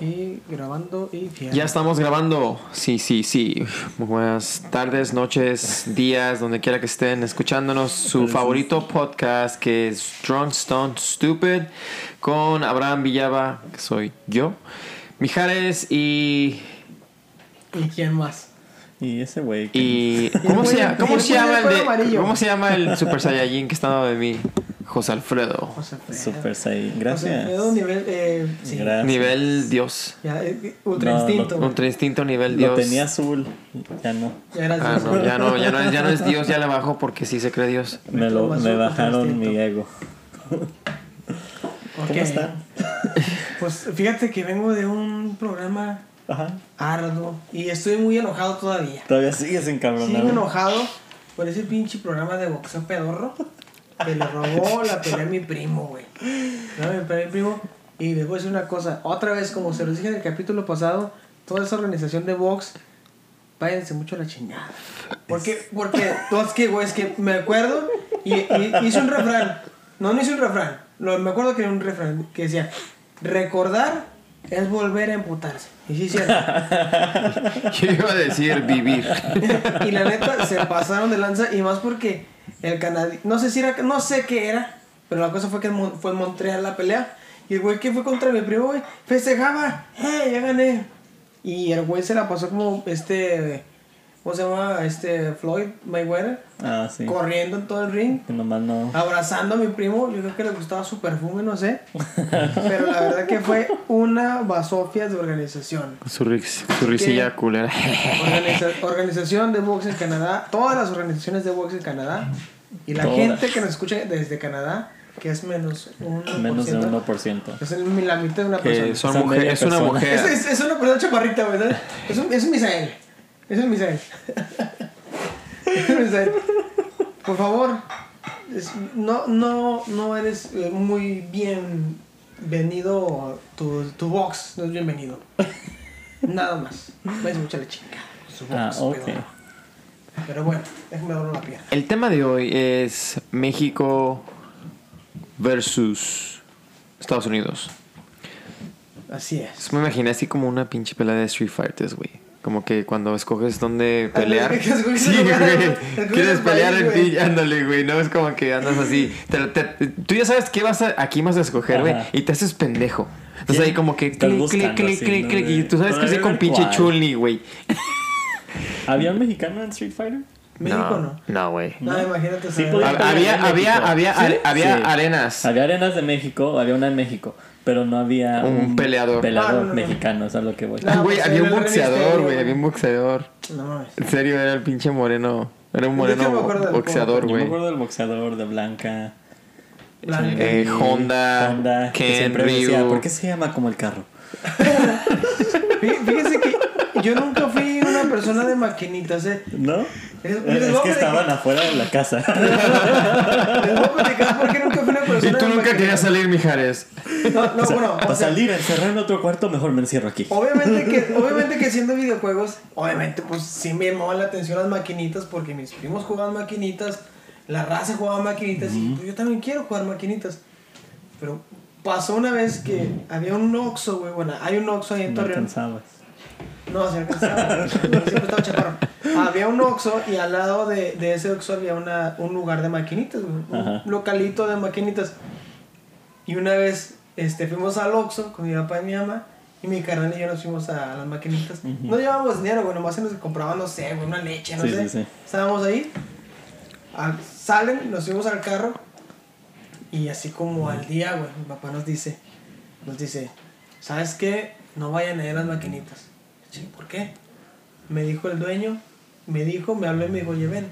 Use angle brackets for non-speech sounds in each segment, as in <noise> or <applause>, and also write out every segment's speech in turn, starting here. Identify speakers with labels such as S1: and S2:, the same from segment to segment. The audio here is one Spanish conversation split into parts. S1: Y grabando y
S2: Ya estamos grabando. Sí, sí, sí. Muy buenas tardes, noches, días, donde quiera que estén escuchándonos. Su favorito podcast que es Drunk Stone Stupid con Abraham Villaba, que soy yo, Mijares y.
S1: ¿Y quién más?
S3: Y ese güey. que-
S1: <laughs>
S2: y ¿Cómo, se, llama- cómo,
S1: El
S2: se
S1: güey del
S2: llama el
S1: cuero
S2: de,
S1: amarillo.
S2: ¿Cómo se llama el Super Saiyajin que está al lado de mí? José Alfredo.
S1: José Alfredo.
S3: Super Saiyan.
S1: José
S3: Gracias.
S1: Alfredo, nivel. eh, sí.
S3: Gracias.
S2: Nivel Dios.
S1: Ya, eh, ultra
S3: No,
S1: instinto. güey.
S2: Contra instinto nivel Dios.
S3: Lo tenía azul. Ya no.
S1: Ya eras
S2: Ah,
S1: Dios,
S2: no,
S1: güey.
S2: ya no, ya no, es, ya no es Dios, ya le bajó porque sí se cree Dios.
S3: Me, lo,
S1: Azul
S3: me
S1: contra
S3: bajaron
S1: instinto.
S3: mi ego.
S1: <laughs> Ok.
S3: ¿Cómo está?
S1: Pues fíjate que vengo de un programa
S3: Ajá.
S1: arduo y estoy muy enojado todavía.
S3: Todavía sigues encabronado.
S1: Sigo enojado por ese pinche programa de boxeo pedorro que le robó la pelea a mi primo, güey. No, me pelea a mi primo. Y les voy a decir una cosa. Otra vez, como se los dije en el capítulo pasado, toda esa organización de box, váyanse mucho a la chingada. Porque, porque, no, es que, güey, es que me acuerdo y, y hice un refrán. No, no hice un refrán. Lo- me acuerdo que era un refrán que decía, recordar es volver a emputarse. Y sí, es cierto.
S2: Yo iba a decir vivir.
S1: y la neta se pasaron de lanza y más porque el canadiense, no sé si era, no sé qué era, pero la cosa fue que en Mon- fue en Montreal la pelea y el güey que fue contra mi primo, güey, festejaba, ¡eh, ya gané! Y el güey se la pasó como este, ¿cómo se llama? Este Floyd Mayweather,
S3: Ah, sí.
S1: corriendo en todo el ring.
S3: Que nomás no.
S1: Abrazando a mi primo, yo creo que le gustaba su perfume, no sé. Pero la verdad que fue una basofia de organización.
S2: Su, ris- su risilla culera.
S1: Organiza- organización de box en Canadá, todas las organizaciones de box en Canadá y la
S3: Todas.
S1: gente que nos escucha desde Canadá, que es menos uno
S3: Menos de 1%.
S1: Es el- la mitad de una persona.
S2: Que Eh, son
S3: Esa
S2: mujer-
S3: media
S2: es una
S3: persona.
S1: Es,
S2: mujer.
S1: es- es una persona chaparrita, ¿verdad? Es un, es un Misael. Es un Misael. Es un Misael. Por favor, es- no, no, no eres eh, muy bienvenido. Tu, tu box no es bienvenido. Nada más. Vais mucha la chinga. Su
S3: Ah,
S1: box,
S3: ok.
S1: pero, pero bueno, déjame doblar la pierna.
S2: El tema de hoy es México versus Estados Unidos.
S1: Así es.
S2: Me imaginé así como una pinche pelea de Street Fighters, güey. Como que cuando escoges dónde
S1: <laughs>
S2: pelear.
S1: que escoges
S2: Sí,
S1: el lugar,
S2: <laughs> güey.
S1: escoges
S2: Quieres
S1: el
S2: pelear
S1: país,
S2: en
S1: güey.
S2: ti. Ándale, güey. No es como que andas así. Te- te- tú ya sabes qué vas a, aquí vas a escoger, güey.
S3: Ajá.
S2: Y te haces pendejo. Entonces
S3: Sí.
S2: ahí como que
S3: Estás
S2: clic, clic,
S3: buscando
S2: clic,
S3: así,
S2: clic,
S3: ¿no,
S2: clic.
S3: güey?
S2: Y tú sabes que
S3: Para
S2: sí
S3: ver
S2: con pinche
S3: cuál.
S2: chunli, güey.
S3: ¿Había un mexicano en Street Fighter?
S1: México no.
S2: No, güey.
S1: No, imagínate.
S3: Sí, pues.
S1: saber-
S3: podía-
S2: Hab- Había,
S3: México.
S2: había, había,
S3: ¿Sí?
S2: are- había
S3: Sí. Ah,
S2: arenas.
S3: Había arenas de México, había una en México, pero no había
S2: Un peleador.
S1: Ah,
S3: peleador
S1: no, no, no.
S3: mexicano, es a lo que voy.
S1: No,
S2: Güey,
S1: pues,
S2: había un
S1: era el
S2: boxeador,
S1: Ministerio,
S2: güey.
S1: güey.
S2: Había un boxeador.
S1: No mames.
S2: En serio, era el pinche moreno. Era un
S1: Yo sí me
S2: moreno
S1: acuerdo del
S2: boxeador,
S3: Yo me
S2: güey.
S3: acuerdo del boxeador de Blanca,
S1: Blanca.
S2: Eh,
S3: y
S2: Honda,
S3: Honda, que
S2: Ken
S3: siempre decía,
S2: Ryu.
S3: ¿por qué se llama como el carro?
S1: Fí- Fíjense que yo nunca fui una persona de maquinitas, ¿eh?
S3: ¿No?
S1: Es-
S3: Eh, Es,
S1: es
S3: que
S1: hombre.
S3: estaban afuera de la casa. <laughs>
S1: Les voy a platicar por qué nunca fui una persona
S2: Y tú
S1: de
S2: nunca
S1: maquinitas.
S2: querías salir, Mijares. <laughs>
S1: No, no, bueno,
S3: Para
S1: o sea,
S3: salir, encerrar en otro cuarto, mejor me encierro aquí.
S1: Oh, obviamente
S2: <laughs>
S1: que, obviamente que siendo videojuegos, obviamente pues sí me llamaban la atención las maquinitas porque mis primos jugaban maquinitas, la raza jugaba maquinitas y pues, yo también quiero jugar maquinitas. Pero pasó una vez que había un Oxxo, güey, bueno, hay un Oxxo ahí en
S3: No
S1: Torreón.
S3: alcanzabas.
S1: No, se alcanzaba. Siempre estaba chaparro. Había un Oxxo y al lado de, de ese Oxxo había una, un lugar de maquinitas, güey,
S3: Ajá.
S1: un localito de maquinitas. Y una vez este, fuimos al Oxxo con mi papá y mi mamá y mi carnal y yo nos fuimos a las maquinitas. No llevábamos dinero, güey, nomás se nos compraba, no sé, güey, una leche, no
S3: Sí,
S1: sé.
S3: sí, sí.
S1: Estábamos ahí, a- salen, nos fuimos al carro y así como al día, güey, mi papá nos dice, nos dice, ¿sabes qué? No vayan a ir a las maquinitas. Sí, ¿por qué? Me dijo el dueño, me dijo, me habló y me dijo, oye, ven,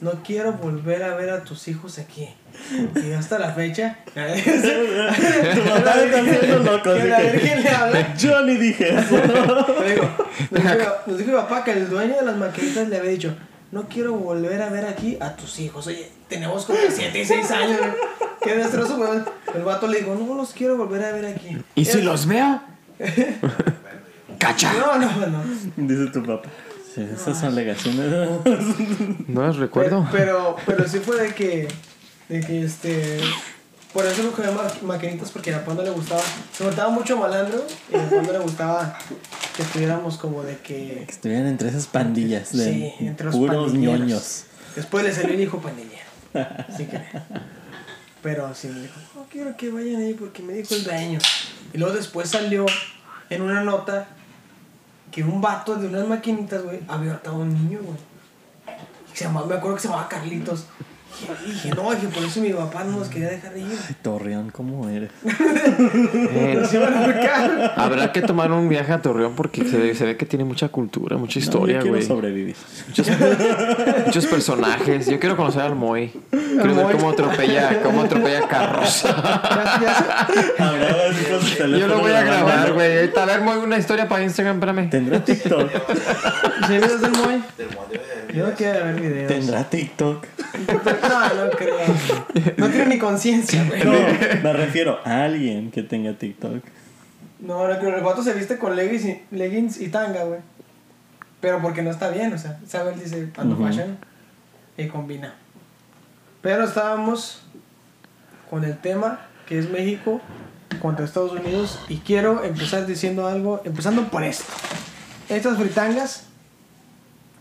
S1: no quiero volver a ver a tus hijos aquí. Y hasta la fecha, <laughs> tu
S3: papá está haciendo loco,
S1: Que
S3: así
S1: la
S3: que-
S1: Virgen le habla.
S3: Yo ni dije eso. <laughs>
S1: Te digo, Nos dijo, nos dijo mi papá que el dueño de las maquinitas le había dicho, no quiero volver a ver aquí a tus hijos. Oye, tenemos como 7 y 6 años. güey. Qué destrozo, güey. El vato le dijo, no los quiero volver a ver aquí.
S2: ¿Y si los veo?
S1: <laughs>
S2: ¡Cacha!
S1: No, no,
S2: <laughs>
S1: no.
S3: Dice tu papá. Sí, esas son alegaciones. <laughs>
S2: No los
S1: Pero,
S2: recuerdo.
S1: pero, pero sí fue de que, de que este, Por eso no comía ma- maquinitas, porque a Pando le gustaba. Se notaba mucho malandro y a Pando le gustaba que estuviéramos como de que.
S3: Que estuvieran entre esas pandillas de
S1: Sí, entre los
S3: puros
S1: pandilleros.
S3: ñoños.
S1: Después le salió el hijo pandillero. Así que. Pero sí me dijo, no quiero que vayan ahí porque me dijo el dueño. Y luego después salió en una nota que un vato de unas maquinitas, güey, había matado a un niño, güey. Y Se llamaba, me acuerdo que se llamaba Carlitos. Y dije, no, dije, por eso mi papá no nos quería dejar de
S3: <laughs>
S1: ir.
S3: Ay, Torreón, ¿cómo eres?
S2: Eh,
S1: Se iban a ahorcar.
S2: Habrá que tomar un viaje a Torreón porque se ve, se ve que tiene mucha cultura, mucha
S3: No,
S2: historia,
S3: yo
S2: güey. <laughs>
S3: quiero sobrevivir.
S2: muchos, muchos personajes. Yo quiero conocer al Moy. Quiero ver
S1: Moy.
S2: cómo atropella, cómo atropella <laughs> carros.
S1: Ya- ya se-
S3: <laughs> <laughs> Hablaba así con su teléfono
S2: Yo lo voy a
S3: grabando.
S2: grabar, güey. Ahorita, A ver, Moy, una historia para Instagram, espérame. <laughs>
S3: ¿Tendrá TikTok?
S1: ¿Sí videos del Moy? Yo no quiero ver videos.
S3: ¿Tendrá TikTok?
S1: No, no creo. No creo ni
S3: <laughs>
S1: conciencia, güey.
S3: No, me refiero a alguien que tenga TikTok.
S1: No, no creo. El vato se viste con leggings y, leggings y tanga, güey. Pero porque no está bien, o sea, sabe, él dice, ando
S3: Ujú.
S1: fashion y combina. Pero estábamos con el tema que es México contra Estados Unidos y quiero empezar diciendo algo, empezando por esto. Estas fritangas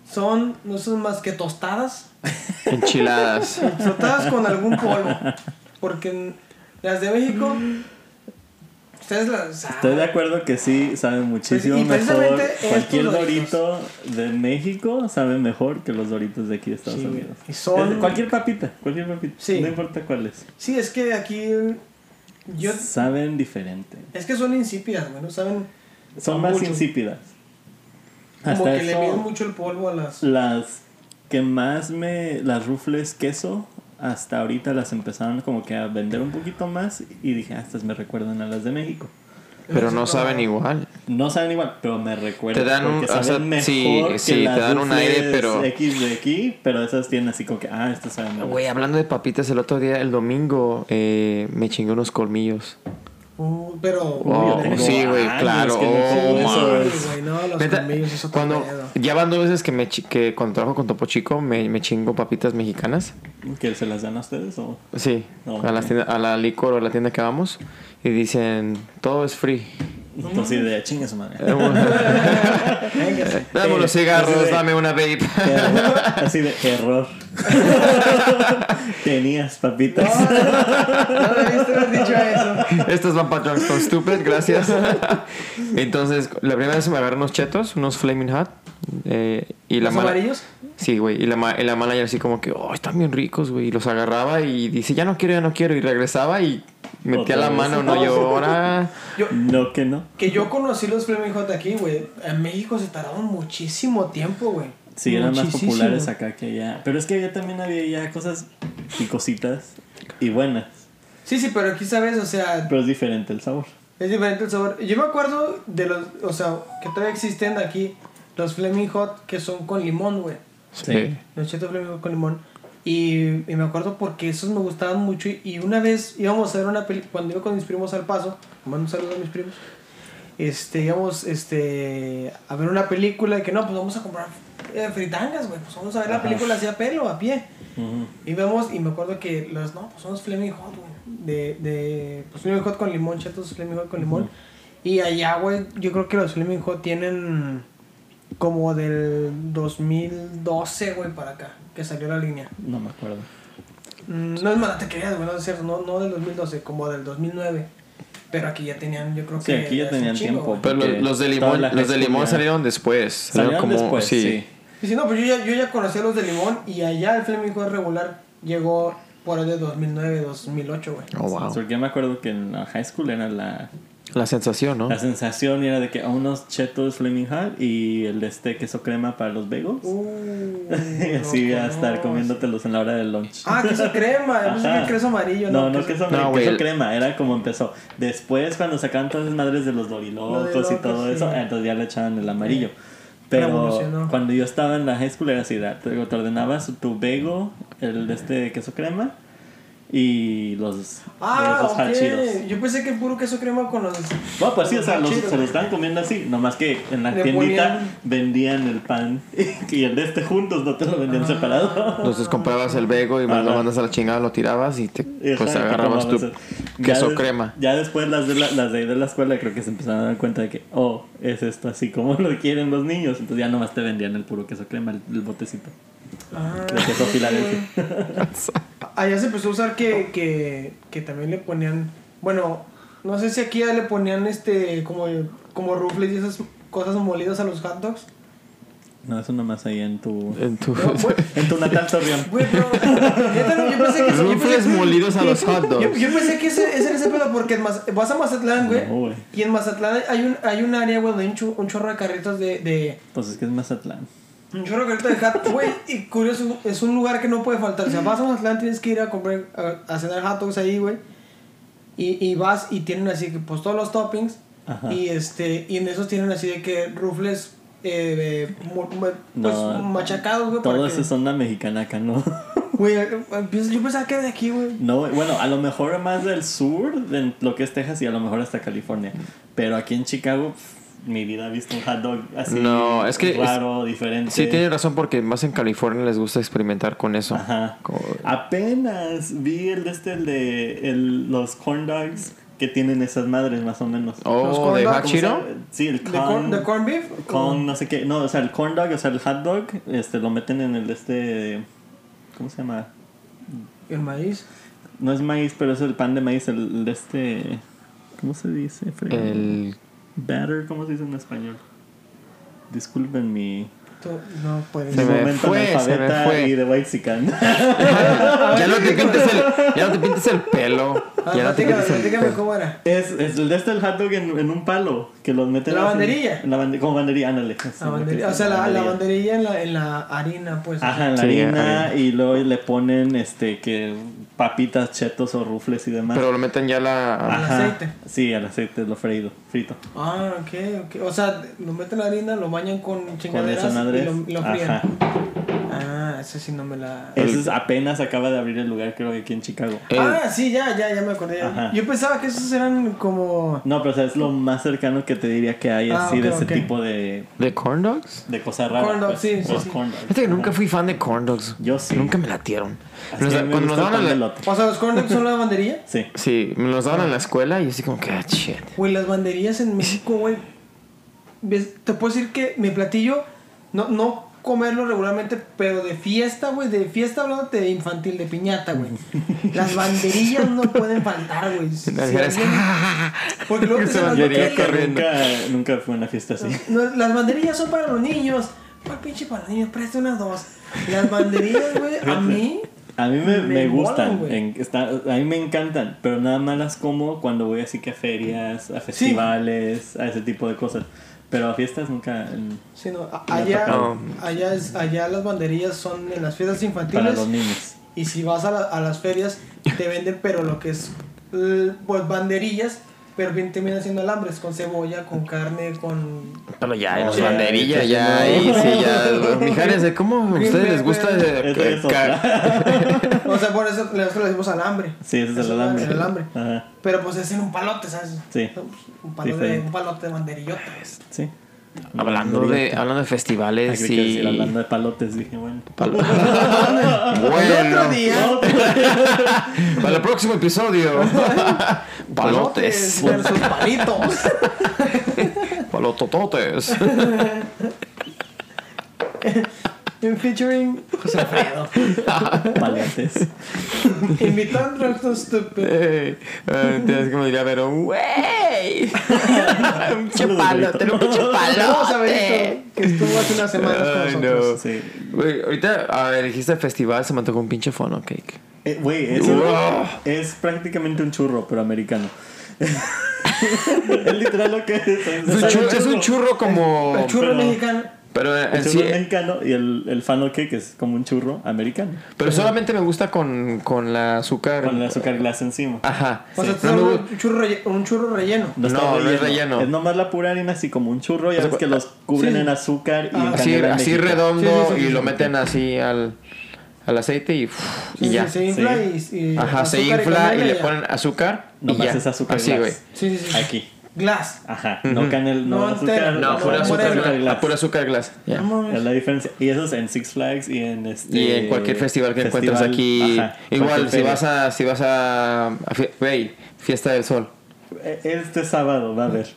S1: son, no son más que tostadas,
S2: Enchiladas.
S1: Tostadas con algún polvo. Porque en- las de México. Ustedes las. ah,
S3: Estoy de acuerdo que sí saben muchísimo
S1: Pues, y
S3: mejor.
S1: precisamente estos
S3: Cualquier
S1: Doritos.
S3: dorito de México sabe mejor que los doritos de aquí de Estados
S1: Sí, güey.
S3: Unidos.
S1: Y son-
S3: Es- Cualquier papita, cualquier papita.
S1: Sí.
S3: No importa cuál es.
S1: Sí, es que aquí. Yo.
S3: Saben diferente.
S1: Es que son insípidas, bueno, saben.
S3: Son más
S1: mucho.
S3: insípidas.
S1: Como
S3: Hasta
S1: que le miden
S3: eso,
S1: mucho el polvo a las.
S3: las que más me. Las rufles queso, hasta ahorita las empezaron como que a vender un poquito más. Y dije, ah, estas me recuerdan a las de México.
S2: Pero no saben igual.
S3: No saben igual, pero me recuerdan.
S2: Te dan un-
S3: porque
S2: o sea,
S3: saben
S2: sí,
S3: mejor que
S2: sí, te
S3: las
S2: dan un aire,
S3: rufles
S2: pero-
S3: X de aquí, pero esas tienen así como que, ah, estas saben mejor.
S2: Güey, hablando de papitas, el otro día, el domingo, eh, me chingué unos colmillos.
S1: Uh, pero.
S2: Oh,
S1: Uy,
S2: sí,
S3: tengo
S2: güey,
S3: años
S2: claro.
S3: que no
S2: Oh,
S3: como eso,
S2: man.
S3: güey.
S1: güey, no, los
S2: Neta,
S1: colmillos es otro
S2: cuando
S1: pedo.
S2: ya van dos veces que me chi- que cuando trabajo con Topo Chico me, me chingo papitas mexicanas.
S3: ¿Que se las dan a ustedes o...?
S2: Sí,
S3: No,
S2: a, las
S3: ok.
S2: tiendas- a la licor o a la tienda que vamos y dicen todo es free. <laughs>
S3: Entonces, de chinga su madre.
S2: Eh,
S3: <laughs>
S1: <laughs> Véngase.
S2: Dame unos
S3: así
S2: cigarros,
S3: de-
S2: dame una vape.
S3: Error. Así de error. Tenías papitas.
S1: No, no debiste haber dicho eso.
S2: <laughs> Estas van para Drugstore Stupid,
S1: <laughs>
S2: gracias. Entonces, la primera vez me agarré unos chetos, unos Flaming Hot. eh, y la
S1: ¿Los
S2: mala-
S1: amarillos?
S2: Sí, güey. Y la, ma- y la manager así como que, oh, están bien ricos, güey. Y los agarraba y dice, ya no quiero, ya no quiero. Y regresaba y metía
S3: Otra
S2: la
S3: vez.
S2: mano, no, yo
S3: <laughs>
S2: ahora...
S1: Yo,
S3: No que no.
S1: que yo conocí los Flaming Hot aquí, güey. En México se tardaron muchísimo tiempo, güey.
S3: Sí, eran más
S1: Muchísimo.
S3: populares acá que allá. Pero es que allá también había ya cosas picositas y buenas.
S1: Sí, sí, pero aquí sabes, o sea,
S3: Pero es diferente el sabor.
S1: es diferente el sabor. Yo me acuerdo de los, o sea, que todavía existen de aquí los Fleming Hot que son con limón, güey.
S2: Sí.
S1: Los chetos Fleming Hot con limón. Y, y me acuerdo porque esos me gustaban mucho. Y, y una vez íbamos a ver una película, cuando iba con mis primos al paso, les mando un saludo a mis primos. Este, íbamos este, a ver una película y que no, pues vamos a comprar eh, fritangas, güey. Pues vamos a ver la
S3: Ajá.
S1: película así a pelo, a pie.
S3: Ujú.
S1: Y vemos, y me acuerdo que los, no, pues son los Fleming Hot, güey. De, de, pues Fleming Hot con limón, chetos Fleming Hot con limón. Y allá, güey, yo creo que los Fleming Hot tienen como del 2012, güey, para acá, que salió la línea.
S3: No me acuerdo.
S1: Mm, No es mala te creas, güey, no es cierto, no, no del 2012, como del 2009. Pero aquí ya tenían, yo creo que.
S3: Sí, aquí ya tenían
S1: hace un chingo,
S3: tiempo.
S1: güey.
S2: Pero los,
S3: Porque
S2: los de
S3: toda
S2: limón,
S3: la
S2: los de
S3: gente
S2: limón
S3: ya-
S2: salieron después. Salieron
S3: Salieron
S2: como,
S3: después,
S2: sí.
S3: sí.
S1: Y si no, pues yo ya, yo ya conocía los de limón, y allá el Fleming Hot regular llegó por ahí de 2009, 2008,
S3: <laughs>
S1: güey.
S2: Oh, wow.
S3: Porque yo me acuerdo que en la high school era la,
S2: La sensación,
S1: Ah.
S2: ¿no?
S3: la sensación era de que a unos chetos Flaming Hot y el de este queso crema para los bagels.
S1: Uh,
S3: <laughs> y así
S1: loco,
S3: a estar
S1: no.
S3: comiénatolos en la hora del lunch.
S1: Ah, queso crema. Yo pensé que
S3: Ajá.
S1: queso amarillo.
S3: No, no,
S1: queso-
S3: queso,
S2: No,
S3: no,
S2: güey,
S3: queso
S2: el-
S3: crema, era como empezó. Después, cuando sacaban todas las madres de los dorilocos
S1: Dorilocos,
S3: y todo
S1: sí.
S3: eso, entonces ya le echaban el amarillo. Pero
S1: Revolucionó.
S3: cuando yo estaba en la high school era así, era- te te ordenabas tu bego, el de este queso crema, y los,
S1: Ah,
S3: los
S1: ok.
S3: hachiros.
S1: Yo pensé que puro queso crema con los.
S3: Bueno, pues sí, o sea,
S1: Los
S3: los-
S1: hachiros.
S3: se lo están comiendo así. Nomás que en la
S1: Le
S3: tiendita
S1: ponían-
S3: vendían el pan <laughs> y el de este juntos, no te lo vendían
S1: Ah,
S3: separado.
S2: Entonces comprabas el vego y más lo
S3: Ajá.
S2: mandas a la chingada, lo tirabas y te
S3: Ajá,
S2: pues
S3: y
S2: agarrabas tu
S3: tomabas el-
S2: queso
S3: ya des-
S2: crema.
S3: Ya después las de, la, las de ahí de la escuela creo que se empezaron a dar cuenta de que, oh, es esto así como <laughs> lo quieren los niños. Entonces ya nomás te vendían el puro queso crema, el, el botecito.
S1: Ah, <laughs>
S3: El queso Filadelfia.
S1: allá se empezó a usar que, que, que también le ponían. Bueno, no sé si aquí ya le ponían este. Como, como rufles y esas cosas molidas a los hot dogs.
S3: No, eso nomás ahí en tu...
S2: <laughs> En tu-
S1: No, güey,
S3: En tu natal Torreón.
S1: Güey, pero. <laughs> neta, no, yo pensé que. yo
S2: Rufles
S1: pensé-
S2: molidos a los hot
S1: Yo,
S2: dogs.
S1: yo pensé que ese, ese era ese pedo porque en Maz- vas a Mazatlán, güey.
S3: No, güey.
S1: y en Mazatlán hay un, hay un área, güey, donde hay un, chu- un chorro de carritos de, de-
S3: Pues es que es Mazatlán.
S1: Un chorro de carritos de hot dogs, güey. Y curioso, es un lugar que no puede faltar. O sea, vas a Mazatlán, tienes que ir a comprar, a, a cenar hot dogs ahí, güey. Y, y vas y tienen así, que, pues todos los toppings.
S3: Ajá.
S1: Y este y en esos tienen así de que rufles eh, de- mo- mo- pues,
S3: No,
S1: machacados, Ah, güey. para
S3: Todo
S1: que-
S3: eso es onda mexicana acá, ¿no? <laughs>
S1: Güey, eh, eh, yo pensaba que era de aquí, güey.
S3: No, bueno, a lo mejor más del sur, de lo que es Texas, y a lo mejor hasta California. Pero aquí en Chicago, pf, mi vida ha visto un hot dog así.
S2: No, es que-
S3: Raro, diferente.
S2: Sí, tiene razón porque más en California les gusta experimentar con eso.
S3: Ajá.
S2: Como-
S3: Apenas vi el de este, el de el- los corn dogs que tienen esas madres, más o menos.
S1: Los
S2: Oh,
S1: corn
S2: de
S1: dogs,
S2: Hachiro.
S3: ¿Cómo se- Sí, el
S1: ¿De corn,
S3: corn.
S1: de corn beef?
S3: Con no sé qué. No, o sea, el corn dog, o sea, el hot dog, este, lo meten en el de este. ¿Cómo se llama?
S1: El maíz.
S3: No es maíz, pero es el pan de maíz, el, el de este. ¿Cómo se dice? fregado?
S2: El
S3: Batter, ¿cómo se dice en español? Disculpen mi.
S1: Tú- no puedes.
S2: Se
S3: mi
S2: me fue, se me
S3: analfabeta
S2: fue.
S3: y de White Sican. <laughs>
S2: ya no te pintes el ya no te pintes el pelo.
S1: Ah,
S2: Ya no te
S1: platícame,
S2: pintes el
S1: platícame
S2: pelo.
S1: cómo era.
S3: es, es el de este el hot dog en, en un palo que los meten
S1: ¿La
S3: así.
S1: banderilla?
S3: En la bande- como banderilla, ándale. así,
S1: La banderilla- o
S3: metes
S1: sea,
S3: en
S1: la, la banderilla en la, en la harina, pues.
S3: Ajá, en la
S2: Sí,
S3: harina
S2: harina.
S3: y luego le ponen este que papitas, chetos o rufles y demás.
S2: Pero lo meten ya la
S1: Al
S3: Ajá.
S1: aceite.
S3: Sí, al aceite, lo freído, frito.
S1: Ah, ok, ok. O sea, lo meten la harina, lo bañan con
S3: Con
S1: chingaderas
S3: esa madre.
S1: y lo, lo fríen.
S3: Ajá. Eh,
S1: Ah, eso sí no me la...
S3: Eso es apenas acaba de abrir el lugar, creo que aquí en Chicago.
S2: El-
S1: Ah, sí, ya, ya, ya me acordé.
S3: eh. Ajá.
S1: Yo pensaba que esos eran como...
S3: No, pero o sea, es lo más cercano que te diría que hay
S1: Ah,
S3: así de
S1: ok,
S3: ese
S1: ok.
S3: tipo de,
S2: de corn dogs.
S3: de cosas raras.
S1: Corn dog,
S3: pues,
S1: sí, sí,
S3: los
S1: sí.
S3: corn dogs.
S2: Fíjate que nunca fui fan de corn dogs.
S3: Yo sí.
S2: Nunca me latieron.
S3: Así
S2: Nos
S3: que
S2: da-
S3: a mí me
S2: cuando nos
S3: gusta el
S2: daban
S3: pan
S2: a
S3: de
S2: la,
S3: elote.
S1: O sea, los corn dogs son la banderilla.
S3: Sí.
S2: sí, me los daban en la escuela y yo así como que ah, shit.
S1: Güey, las banderillas en México, güey. ves, Te puedo decir que mi platillo, no, no comerlo regularmente, pero de fiesta, güey. De fiesta hablándote de infantil, de piñata,
S3: <laughs>
S1: güey. Las banderillas no pueden faltar, güey. Si
S2: Las mujeres,
S1: alguien-
S2: ah,
S1: Porque
S2: <laughs>
S1: luego te
S2: Se
S1: dicen,
S2: bandería
S1: "No, que-
S2: corriendo.
S3: Nunca, nunca fue una
S1: <laughs>
S3: fiesta así.
S1: no, las banderillas son para los niños. ¿Cuál pinche para los niños? Preste unas dos. Las banderillas, güey, a mí.
S3: A mí me,
S1: Me
S3: me
S1: molan,
S3: gustan,
S1: güey.
S3: en- está- a mí me encantan, pero nada más las como cuando voy así que a ferias, a festivales, a ese tipo de cosas. Pero a fiestas nunca... en-
S1: Sí, no, a-
S3: Me ha
S1: allá,
S2: tocado.
S1: allá, es- allá las banderillas son en las fiestas infantiles.
S3: para los niños.
S1: Y si vas a, la- a las ferias, te venden, pero lo que es, l- pues, banderillas, pero bien terminan siendo alambres, con cebolla, con carne, con...
S2: Pero ya, en
S3: No,
S2: los
S3: ya,
S2: banderillas,
S3: ahorita
S2: ya,
S3: ya
S2: ahí
S3: no.
S2: sí, ya. Mijares, ¿cómo a ustedes les gusta eh,
S3: Eso es
S2: ca-
S1: O sea, por eso nosotros le decimos alambre.
S3: <laughs> Sí, ese es el
S1: Eso,
S3: alambre.
S1: el alambre.
S3: Ajá,
S1: Pero pues es en un palote, ¿sabes?
S3: Sí.
S1: Un palote,
S3: Diferente.
S1: un palote de banderillotas.
S3: sí.
S2: Hablando de, hablando de
S3: Ah,
S2: festivales
S3: creí que
S2: y.
S3: decir, hablando de palotes, dije, bueno. pues,
S2: Pal-
S1: El otro
S2: <laughs> bueno,
S1: día...
S2: para el próximo episodio. <laughs> Palotes. <laughs>
S1: Versus palitos.
S2: Palotototes.
S1: En featuring <laughs> José Alfredo.
S3: <laughs> Palotes.
S1: Invitando a Rockton Stupid.
S2: Ey, eh, <laughs> Tienes como diría, pero, güey. Un chapalote, un
S1: Vamos a ver
S2: chapalote.
S1: esto, que estuvo hace unas semanas con
S2: Ay, no.
S1: nosotros.
S3: Sí.
S2: Güey, ahorita, a ver, dijiste festival, se me antojó un pinche funnel cake.
S3: Eh, Güey, eso
S2: Wow.
S3: es prácticamente un churro, pero americano. <laughs> es literal lo que es.
S2: Es un, churro, es un churro como.
S1: El churro
S3: pero-
S1: mexicano.
S2: Pero, eh,
S3: El
S2: en
S3: churro
S2: sí,
S3: mexicano y el, el funnel cake es como un churro americano.
S2: pero solamente me gusta con, con la azúcar.
S3: Con el azúcar glass encima.
S2: Ajá.
S1: O sea,
S2: No
S1: tú
S2: me
S1: solo
S2: gu-
S1: un, churro relle- un churro relleno.
S3: está
S2: Ah, No, no es relleno.
S3: Es nomás la pura harina, así como un churro. Ya
S2: sea, Ah,
S3: ves que los cubren
S1: sí.
S3: en azúcar y en
S2: así,
S3: canela en
S2: así
S3: México.
S2: redondo
S1: Sí, sí, sí,
S2: y
S1: sí,
S2: lo
S1: sí.
S2: meten así al al aceite y, uf, y
S1: Sí,
S2: ya.
S1: sí, se infla y, y-
S2: Ajá, se
S1: azúcar
S2: infla y
S1: canela
S2: le
S1: ya.
S2: ponen azúcar y
S3: Nomás
S2: ya.
S3: es azúcar
S2: Así,
S3: glass.
S2: güey.
S1: Sí, sí, sí.
S3: Aquí.
S1: Glass. <laughs>
S3: Ajá. No canel, no,
S1: No
S3: azúcar.
S1: entero,
S2: No,
S1: No,
S2: pura
S1: no,
S2: azúcar,
S1: azúcar
S2: glass.
S3: glass.
S2: Ah, pura azúcar glass. ya.
S1: Vámonos.
S3: Es la diferencia. Y eso es en Six Flags y en este.
S2: Y en cualquier festival que encuentres
S3: festival,
S2: aquí.
S3: ajá,
S2: igual,
S3: cualquier
S2: si
S3: feria.
S2: vas a. Si vas a. a fie- güey, fiesta del sol.
S3: E- Este sábado va a haber.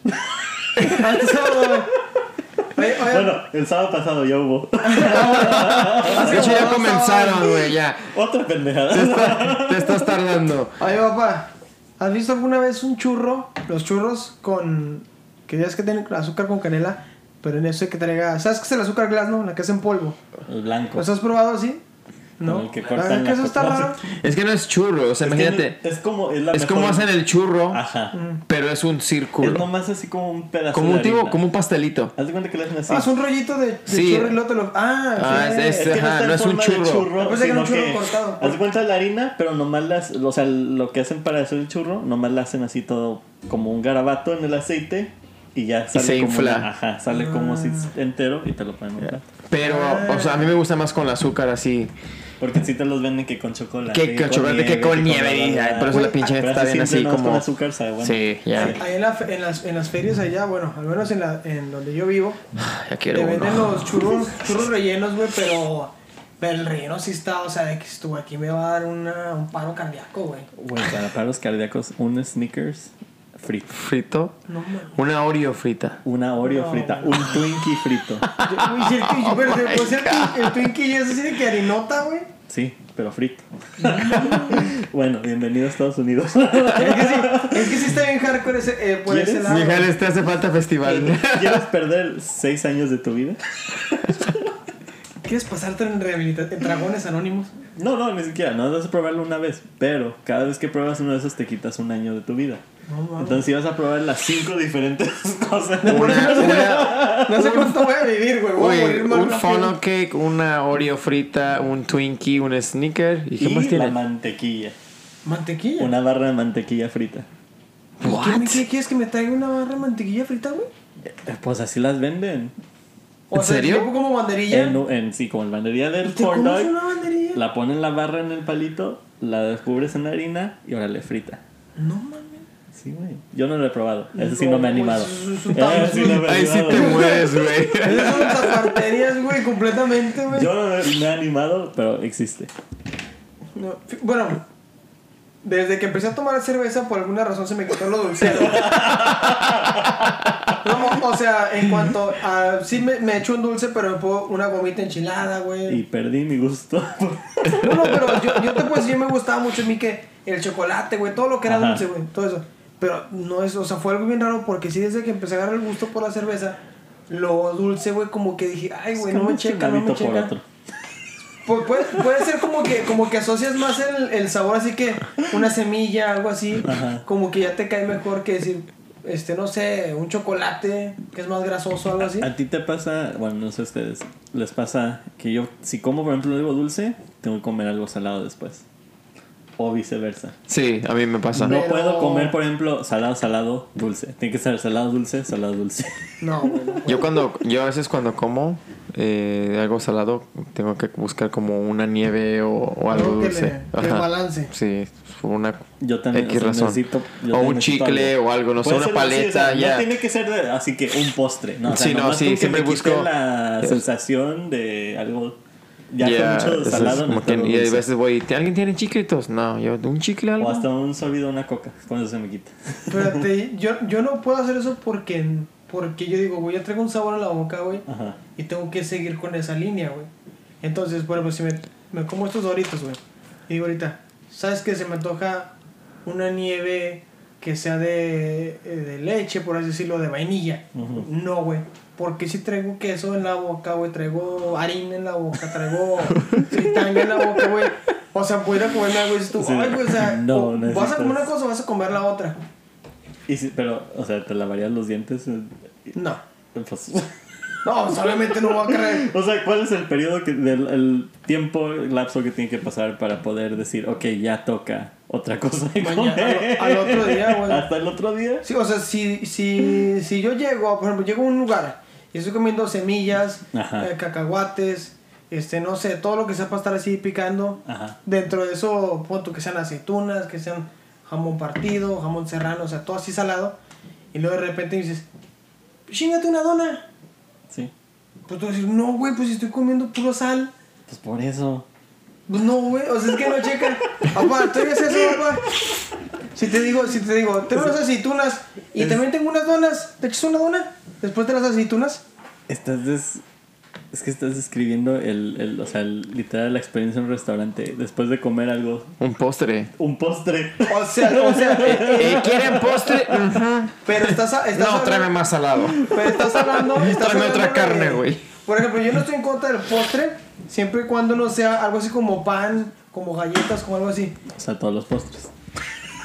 S1: Hasta sábado, güey. Oye, oye,
S3: bueno, el sábado pasado ya hubo. <laughs>
S1: hace como
S2: De hecho, ya
S1: dos sábados.
S2: comenzaron, güey, ya.
S3: Otra
S1: <laughs>
S3: pendejada.
S2: Te, está- te estás tardando.
S1: Oye, papá, ¿has visto alguna vez un churro? Los churros con. que ya es que tienen azúcar con canela, pero en eso hay que traiga. ¿Sabes qué es el azúcar glass, no? La que es en polvo.
S3: El blanco.
S1: ¿Los has probado así?
S3: Con
S1: No.
S3: el que
S1: la
S3: cortan
S2: Ah,
S1: verdad que
S3: la
S1: eso está
S3: copa.
S1: raro.
S2: Es que no es churro, o sea,
S3: Es que
S2: imagínate.
S3: Es como. Es, la
S2: Es como
S3: mejor-
S2: hacen el churro,
S3: Ajá.
S1: Mm.
S2: pero es un
S3: Es
S2: círculo.
S3: nomás así como un pedazo.
S2: Como
S3: de
S2: un tipo,
S3: harina.
S2: como un pastelito.
S3: Haz de cuenta que le hacen así.
S1: Ah, es un rollito de, de
S2: Sí.
S1: churro y luego te lo. Ah,
S2: Ah,
S1: sí.
S2: es-
S3: Es que
S2: Ajá,
S3: no, está
S2: no
S3: en
S2: es un
S3: forma de
S2: churro.
S1: Ah, pensé que era un
S3: sino
S1: churro cortado.
S3: Haz de cuenta la harina, pero nomás las, o sea, lo que hacen para hacer el churro, nomás la hacen así todo como un garabato en el aceite y ya sale
S2: se
S3: como
S2: infla.
S3: una- ajá, sale como si
S1: Ah.
S3: entero y te lo ponen en un plato.
S2: Pero, o sea, a mí me gusta más con el azúcar así.
S3: Porque si te los venden que con chocolate,
S2: Que con chocolate, que con nieve, y ay, por eso
S1: Güey,
S2: la pinche
S3: Ah, Pero
S2: gente está
S3: así
S2: bien
S3: simple,
S2: así
S3: nomás
S2: como.
S3: con azúcar sabe bueno.
S2: Sí, ya.
S1: Ahí- ahí en, la fe- en las, en las ferias allá, bueno, al menos en, la, en donde yo vivo,
S2: Ya quiero
S1: te venden
S2: uno.
S1: los
S2: <laughs>
S1: churros, churros rellenos, güey, pero, pero el relleno sí está, o sea, de que estuvo aquí me va a dar una, un paro cardíaco, güey.
S3: Güey, para paros cardíacos, un Snickers frito,
S2: Frito.
S1: No mames.
S2: Una Oreo frita.
S3: una Oreo
S1: No,
S3: frita,
S1: güey.
S3: un Twinkie frito.
S2: <laughs>
S1: Yo- Güey, si el Twinkie, pero
S2: my
S1: pues
S2: <laughs>
S1: el, Twin- el Twinkie ya se tiene que harinota, güey.
S3: Sí, pero
S1: <laughs>
S3: frito. bueno, bienvenido a Estados Unidos.
S1: Es que sí, es que sí está bien hardcore ese, eh, por ese
S3: ¿Quieres?
S1: lado.
S2: Mijales, te este hace falta festival.
S3: <laughs> ¿Quieres perder seis años de tu vida?
S1: ¿Quieres pasarte en rehabilitación, en dragones anónimos?
S3: No, no, ni siquiera. No vas a probarlo una vez. Pero cada vez que pruebas uno de esos te quitas un año de tu vida.
S1: No mames.
S3: Entonces ibas a probar las cinco diferentes <laughs> cosas.
S2: <laughs> Una, una,
S1: <laughs> No sé cuánto voy a vivir, güey. Voy a
S2: güey,
S1: morir más
S2: un
S1: rápido.
S2: funnel cake, una Oreo frita, un Twinkie, un sneaker. ¿Y qué
S3: Y
S2: más
S3: la
S2: tiene?
S3: mantequilla.
S1: Mantequilla.
S3: Una barra de mantequilla frita.
S1: ¿Qué,
S2: What?
S1: me- qué quieres que me traiga una barra de mantequilla frita, güey?
S3: Eh, Pues así las venden.
S1: O
S2: ¿En
S1: sea,
S2: serio?
S1: tipo como banderilla.
S3: En, en- sí, como en bandería del
S1: ¿Te
S3: corn
S1: comes
S3: dog,
S1: una banderilla?
S3: La ponen la barra en el palito, la descubres en la harina y órale, frita.
S1: No mames.
S3: Sí, güey. Yo no lo he probado. Ese sí no me ha
S1: No,
S3: animado.
S1: pues, es un
S3: Ese sí no me ha
S2: Ahí sí
S3: animado.
S2: te mueres, güey. <laughs>
S1: Esas son zapaterías, güey, completamente, güey.
S3: Yo no me, me he animado, pero existe.
S1: No, fi- bueno, desde que empecé a tomar cerveza, por alguna razón se me quitó lo dulcero. <laughs> No, o sea, en cuanto a. Sí, me, me echo un dulce, pero me puedo una gomita enchilada,
S3: Y
S1: güey.
S3: perdí mi gusto. <laughs>
S1: No, no, pero yo, yo te puedo decir, me gustaba mucho a mí que el chocolate, güey, todo lo que era
S3: Ajá.
S1: dulce, güey, todo eso. Pero no es, o sea, fue algo bien raro porque sí, desde que empecé a agarrar el gusto por la cerveza, lo dulce, güey, como que dije, ay, güey, no me
S3: Cambiaste un
S1: checa, no me
S3: hábito por
S1: checa.
S3: otro.
S1: Pu- puede, puede ser como que, como que asocias más el, el sabor, así que una semilla, algo así,
S3: Ajá.
S1: como que ya te cae mejor que decir, este, no sé, un chocolate que es más grasoso, algo así.
S3: A ti te pasa, bueno, no sé a ustedes, les pasa que yo, si como por ejemplo algo dulce, tengo que comer algo salado después. O viceversa.
S2: Sí, a mí me pasa.
S3: No
S1: Pero-
S3: puedo comer, por ejemplo, salado, salado, dulce. Tiene que ser salado, dulce, salado, dulce. <laughs>
S1: No, güey, no.
S2: Yo cuando, yo a veces cuando como eh, algo salado, tengo que buscar como una nieve o, o algo
S1: Algo que
S2: dulce.
S1: le- que balance.
S2: Sí, por una
S3: Yo también,
S2: X
S3: o sea,
S2: razón.
S3: necesito- yo
S2: o
S3: también
S2: un
S3: necesito
S2: chicle
S3: algo.
S2: o algo, no sé,
S3: Puede
S2: una
S3: ser así,
S2: paleta
S3: o sea,
S2: ya.
S3: No tiene que ser de- así que un postre. No, o sea,
S2: Sí, no,
S3: nomás
S2: sí,
S3: con que
S2: siempre
S3: me quite
S2: busco-
S3: la
S2: Yes.
S3: sensación de algo. Ya
S2: Ya,
S3: con
S2: eso
S3: mucho
S2: es
S3: salado.
S2: como que-
S3: necesito algo
S2: y a
S3: dulce.
S2: veces voy, ¿alguien tiene chiclitos? No, yo, ¿un chicle
S3: O
S2: algo?
S3: hasta un sorbido, una coca. Con eso se me quita.
S1: Espérate, yo, yo no puedo hacer eso porque, porque yo digo, güey, ya traigo un sabor en la boca, güey,
S3: Ajá.
S1: y tengo que seguir con esa línea, güey. Entonces, bueno, pues si me, me como estos doritos, güey, y digo ahorita, ¿sabes que Se me antoja una nieve que sea de, eh, de leche, por así decirlo, de vainilla. No, güey. Porque si traigo queso en la boca, güey, traigo harina en la boca,
S3: <laughs>
S1: traigo fritanga en la boca, güey. O sea, pudiera comerme algo y dices tú,
S3: Sí.
S1: ay, güey, o sea,
S3: No,
S1: o vas a
S3: necesitas-
S1: comer una cosa o vas a comer la otra.
S3: Y si- pero, o sea, te lavarías los dientes. <laughs> eh,
S1: No.
S3: pues,
S1: No, solamente no voy a creer.
S3: o sea, ¿cuál es el periodo, que, del, el tiempo, el lapso que tiene que pasar para poder decir, ok, ya toca otra cosa? de
S1: Mañana,
S3: comer"?
S1: al- al otro día, güey.
S3: <laughs> Hasta el otro día.
S1: Sí, o sea, si, si, si yo llego, por ejemplo, llego a un lugar y estoy comiendo semillas,
S3: Ajá.
S1: eh, cacahuates, este, no sé, todo lo que sea para estar así picando.
S3: Ajá.
S1: Dentro de eso, pon tú que sean aceitunas, que sean jamón partido, jamón serrano, o sea, todo así salado. Y luego de repente dices, chingate una dona.
S3: Sí.
S1: Pues tú vas a decir, no, güey, pues si estoy comiendo puro sal.
S3: Pues por eso.
S1: Pues no, güey, o sea, es que no checan. Papá, tú dices eso, papá. Si te digo, si te digo, tengo unas aceitunas y también tengo unas donas, ¿te echas una dona? Después de las aceitunas.
S3: Estás des- Es que estás describiendo el, el- o sea, el- literal la experiencia en un restaurante. Después de comer algo,
S2: Un
S3: <laughs>
S2: postre.
S3: un postre.
S1: O sea, o sea, eh,
S2: Eh,
S1: <laughs>
S2: ¿Quieren postre? Ujú.
S1: pero estás, a- estás
S2: No,
S1: hablando-
S2: tráeme más salado.
S1: Pero estás
S2: <laughs>
S1: hablando. estás
S2: Tráeme
S1: hablando
S2: otra
S1: de-
S2: carne, güey.
S1: Por ejemplo, yo no estoy en contra del postre, siempre y cuando no sea algo así como pan, como galletas, como algo así.
S3: <laughs> O sea, todos los postres.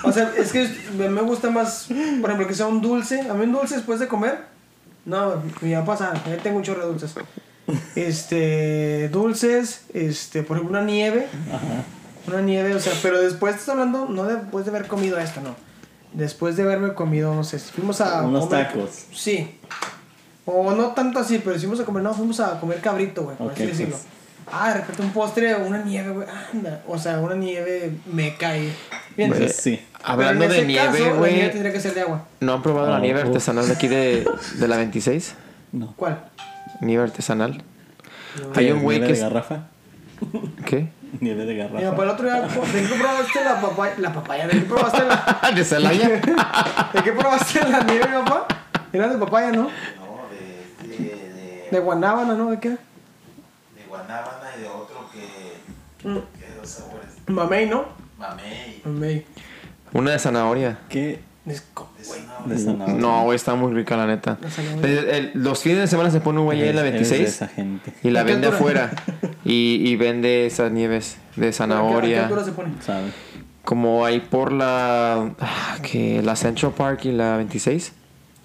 S1: O sea, es que me me gusta más, por ejemplo, que sea un dulce. A mí un dulce después de comer, no, mi papá sabe, yo eh, tengo un chorro de dulces. Este, dulces, este, por ejemplo, una nieve. Una nieve, o sea, pero después estás hablando, no después de haber comido esto, no. Después de haberme comido, no sé, fuimos a.
S3: Unos
S1: comer-
S3: tacos.
S1: Sí. O no tanto así, pero sí fuimos a comer, no, fuimos a comer cabrito, güey, por
S3: Ok,
S1: así decirlo.
S3: pues.
S1: Ah, de repente un postre o una nieve, güey, anda. O sea, una nieve me cae. Bien,
S3: Pues sí.
S2: Hablando de nieve,
S1: nieve
S2: güey.
S1: tendría que ser de agua.
S2: ¿No han probado
S1: Ah,
S2: la
S3: Oh,
S2: nieve
S3: oh.
S2: artesanal de aquí de, de la 26?
S3: No.
S1: ¿Cuál?
S2: Nieve artesanal. Hay un güey
S3: ¿Nieve
S2: que
S3: de
S2: es...
S3: garrafa?
S2: ¿Qué?
S3: Nieve de
S1: Mira, para
S3: garrafa.
S1: el otro día, ¿de qué probaste la papaya? La papaya, <laughs> ¿de qué probaste
S2: <laughs>
S1: la,
S2: ¿De Celaya?
S1: <laughs> ¿de qué probaste la nieve, papá? Era de papaya, ¿no?
S4: No, de, de, de,
S1: De guanábana, ¿no? ¿De qué?
S4: de guanábana y de otro que,
S1: Mm,
S4: que de dos sabores.
S1: Mamey, ¿no?
S4: Mamey.
S1: Mamey.
S2: Una de zanahoria.
S3: ¿Qué?
S1: Es co-
S4: De zanahoria.
S3: De zanahoria.
S2: No, güey, está muy rica, la neta.
S1: La zanahoria.
S2: El- el- los fines de semana se pone un güey ahí en la
S3: Eres- eres de
S2: 26
S3: esa gente.
S2: y la
S1: ¿A qué
S2: vende
S1: altura?
S2: afuera. Y, y vende esas nieves de
S1: ¿A qué
S2: zanahoria.
S1: altura se pone?
S3: ¿Sabe?
S2: Como ahí por la. ah, que La Central Park y la 26.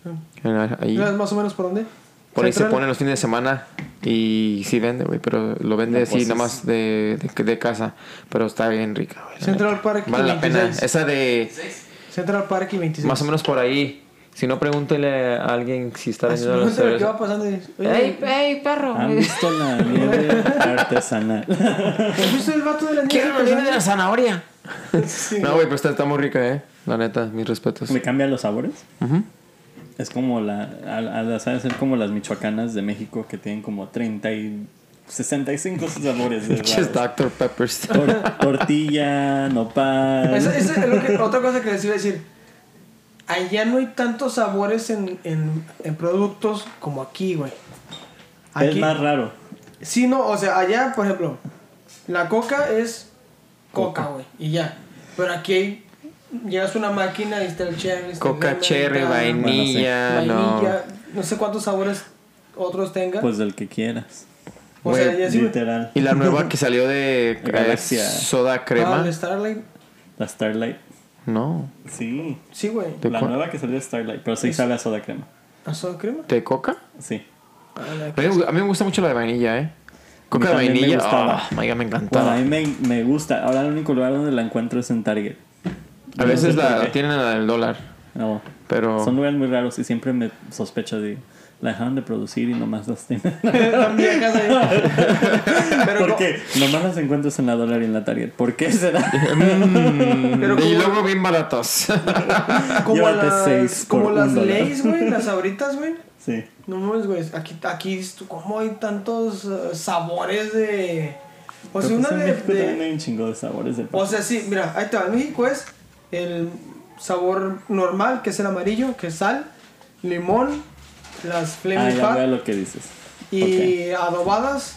S1: Ah.
S2: En la- ahí.
S1: ¿Sabes más o menos por dónde?
S2: Por ahí se
S1: Central.
S2: pone los fines de semana y sí vende, güey, pero lo vende
S3: No,
S2: así
S3: pues,
S2: nada
S3: es-
S2: más de, de, de casa, pero está bien rica, güey. la
S1: Central
S2: neta.
S1: Park y
S2: Vale la pena.
S1: 26.
S2: Esa de
S1: Central Park y 26.
S2: más o menos por ahí. Si no, pregúntele a alguien si
S1: Ah,
S2: está
S1: <laughs>
S2: vendiendo los
S1: Pregúntale ¿Qué va
S2: cervezas.
S1: pasando? y dices, pues, Oye, Ah,
S2: ¡Ey, ey, perro!
S3: ¿Han visto la nieve artesanal? <laughs>
S1: ¿has visto el vato de la nieve? <laughs>
S2: Quiero la nieve de la
S1: pasando?
S2: zanahoria.
S1: Sí,
S2: No, güey, pero está, está muy rica, eh. La neta, mis respetos.
S3: ¿Me cambian los sabores?
S2: Ujú.
S3: Es como la. Al hacer ser como las michoacanas de México que tienen como 30 y 65 sabores.
S2: <laughs> <laughs>
S3: de
S2: Pinches
S3: raros.
S2: Dr.
S1: <laughs>
S2: Peppers.
S3: Tor- tortilla, nopal.
S1: Esa, esa es lo que- otra cosa que les iba a decir. Allá no hay tantos sabores en, en, en productos como aquí, güey.
S3: es
S1: Aquí.
S3: más raro.
S1: Sí, no, o sea, allá, por ejemplo, la coca es coca, güey, y ya. Pero aquí hay, llegas a una máquina y está el cherry. está el
S2: <laughs> Coca
S1: lemon,
S2: cherry,
S1: está
S2: vainilla, no.
S1: vainilla, no sé cuántos sabores otros tengan.
S3: Pues del que quieras.
S1: o sea,
S2: güey,
S1: Ah. ya sí, güey.
S3: Literal.
S2: Y la
S1: <laughs>
S2: nueva que salió de eh,
S3: Galaxia.
S2: soda
S1: Ah,
S2: crema.
S1: el Starlight,
S3: La Starlight.
S2: No.
S3: Sí.
S1: sí, güey.
S2: ¿De
S3: La
S2: cuál?
S3: nueva que salió de Starlight. Pero sí sabe a soda crema.
S1: ¿A soda crema?
S2: ¿De coca?
S3: Sí.
S1: Ah, la-
S2: A mí, me- a mí me gusta mucho la de vainilla, ¿eh? Coca de
S3: también me
S2: vainilla.
S3: gustaba.
S2: ah, my God, me encantaba.
S3: Bueno, a mí me, me gusta. Ahora el único lugar donde la encuentro es en Target.
S2: a veces
S3: no sé por
S2: la
S3: qué.
S2: tienen a la del dólar,
S3: No.
S2: pero...
S3: Son lugares muy raros y siempre me sospecho de. La dejaron de producir y nomás las
S1: <laughs>
S3: tienen. <laughs>
S1: Están viejas ahí. Pero
S3: ¿Por
S1: no-
S3: qué? Nomás las encuentras en la dólar y en la Target. ¿por qué
S2: <laughs>
S3: será?
S1: Pero
S2: y
S1: como-
S2: luego bien baratos. <laughs>
S1: Como
S3: Llévate
S1: las,
S3: seis por
S1: como
S3: un
S1: las
S3: dólar.
S1: leyes, güey, las sabritas, güey.
S3: sí.
S1: No mames, güey. Aquí, aquí dices tú, ¿cómo hay tantos eh, sabores de. O sea,
S3: Pero,
S1: una
S3: pues, en
S1: de.
S3: México
S1: de- Pues,
S3: también hay un chingo de sabores de
S1: o
S3: papa.
S1: sea, sí, mira, ahí te va. En México es el sabor normal, que es el amarillo, que es sal, limón, las
S3: Ah,
S1: Fleming
S3: ya
S1: Fat
S3: veo lo que dices.
S1: y
S3: Ok.
S1: adobadas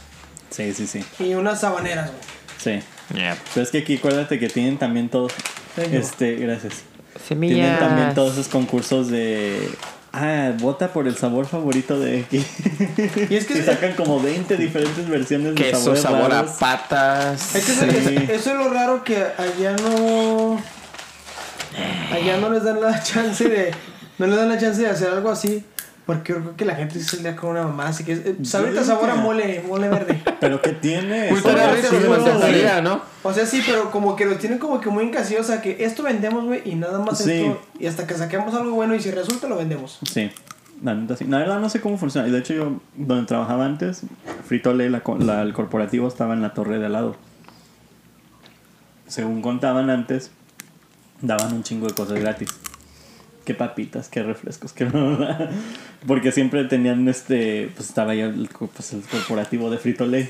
S3: Sí, sí, sí.
S1: y unas sabaneras, güey.
S3: Sí.
S2: Yeah.
S3: Pero es que aquí acuérdate que tienen también todos.
S1: Thank you.
S3: Este, gracias.
S2: Semillas.
S3: Tienen también todos esos concursos de. Ah, vota por el sabor favorito de aquí.
S1: Y es que
S3: <laughs> y
S1: es
S3: sacan como 20 diferentes versiones de
S2: Queso,
S3: sabores
S2: sabor a
S3: raros.
S2: patas.
S1: Es que eso-
S3: Sí.
S1: es- eso es lo raro que allá no. Allá no les dan la <laughs> chance de. No les dan la chance de hacer algo así. Porque yo creo que la gente se le da con una mamá. Así que. eh, sabe ahorita sabor a mole, mole verde.
S3: Pero que tiene.
S2: Pues estaría
S1: Sabor a
S2: rico,
S1: queso,
S2: me
S1: güey.
S2: encantaría, ¿no?
S1: O sea, sí, pero como que lo tienen como que muy encasillado. O sea, que esto vendemos, güey, y nada más
S3: Sí.
S1: esto. Y hasta que saquemos algo bueno y si resulta, lo vendemos.
S3: Sí. La neta sí. La verdad no sé cómo funciona. Y de hecho yo, donde trabajaba antes, Fritole, la co- la- el corporativo, estaba en la torre de al lado. Según contaban antes, daban un chingo de cosas gratis. Qué papitas, qué refrescos, <laughs> qué Porque siempre tenían este... Pues estaba ya el, co- pues, el corporativo de Fritole.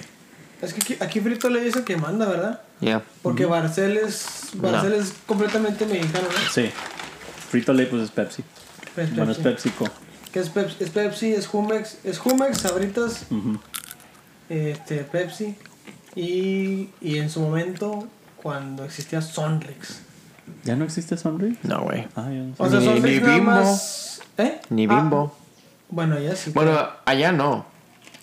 S1: Es que aquí, aquí Frito le dice que manda, ¿verdad?
S2: Yeah.
S1: Porque Barcel es, Barcel es completamente mexicano, ¿no?
S3: Sí. Frito-Lay pues es Pepsi.
S1: Pues,
S3: Bueno, es
S1: Pepsi.
S3: PepsiCo.
S1: Que es Pepsi, es Pepsi, es Jumex, es Jumex, Sabritas,
S3: Ujú.
S1: este, Pepsi y, y en su momento cuando existía Sonrix.
S3: ¿Ya no existe Sunrise?
S2: No, güey.
S3: Ah, ya no sé.
S1: O sea,
S2: Ni-
S1: Sonrix
S2: ni
S1: nada
S2: Bimbo.
S1: más- ¿Eh?
S2: Ni
S1: Ah,
S2: Bimbo.
S1: bueno, ya sí.
S2: Bueno, allá no.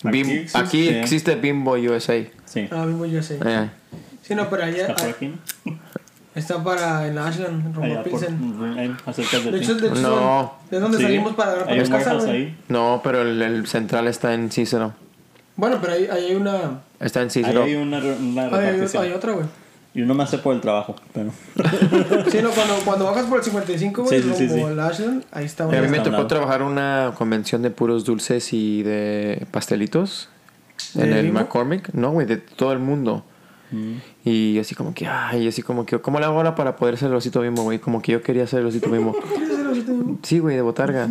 S2: Bim-
S3: Aquí
S2: Aquí,
S3: existe.
S2: existe. Bimbo USA.
S3: Sí.
S1: Ah, Bimbo ya sé.
S2: Eh,
S1: Sí, no, pero allá
S3: ¿Está por
S1: ah,
S3: aquí? no?
S1: está para en Ashland, Romo
S3: Allá por...
S1: Pilsen.
S3: ahí, Acerca
S1: De
S3: de ti.
S1: hecho, de hecho,
S2: No.
S1: de donde
S3: Sí.
S1: salimos para agarrar
S3: Hay
S1: para
S3: un
S1: casa,
S3: warehouse
S1: güey.
S3: ahí.
S2: no, pero el, el central está en Cícero.
S1: Bueno, pero ahí, ahí hay una. ah,
S2: Está en
S3: Ahí
S2: Cícero.
S3: hay una, re- una
S1: Hay, hay-
S3: repartición.
S1: hay otra, güey.
S3: Yo no me sé por el trabajo, pero... <laughs>
S1: Sí, no, cuando, cuando bajas por el 55, güey,
S3: Sí, sí, sí,
S1: rumbo
S3: sí.
S1: al Ashland, ahí está
S2: Y
S1: una.
S2: a mí me
S3: Está
S2: tocó
S3: hablado.
S2: trabajar una convención de puros dulces y de pastelitos en
S1: ¿De
S2: el
S1: Bimbo?
S2: McCormick. No, güey, de todo el mundo. Y así como que, ay, así como que, ¿cómo le hago ahora para poder ser el osito bimbo, güey? Como que yo quería ser el osito bimbo. Sí, güey, de botarga.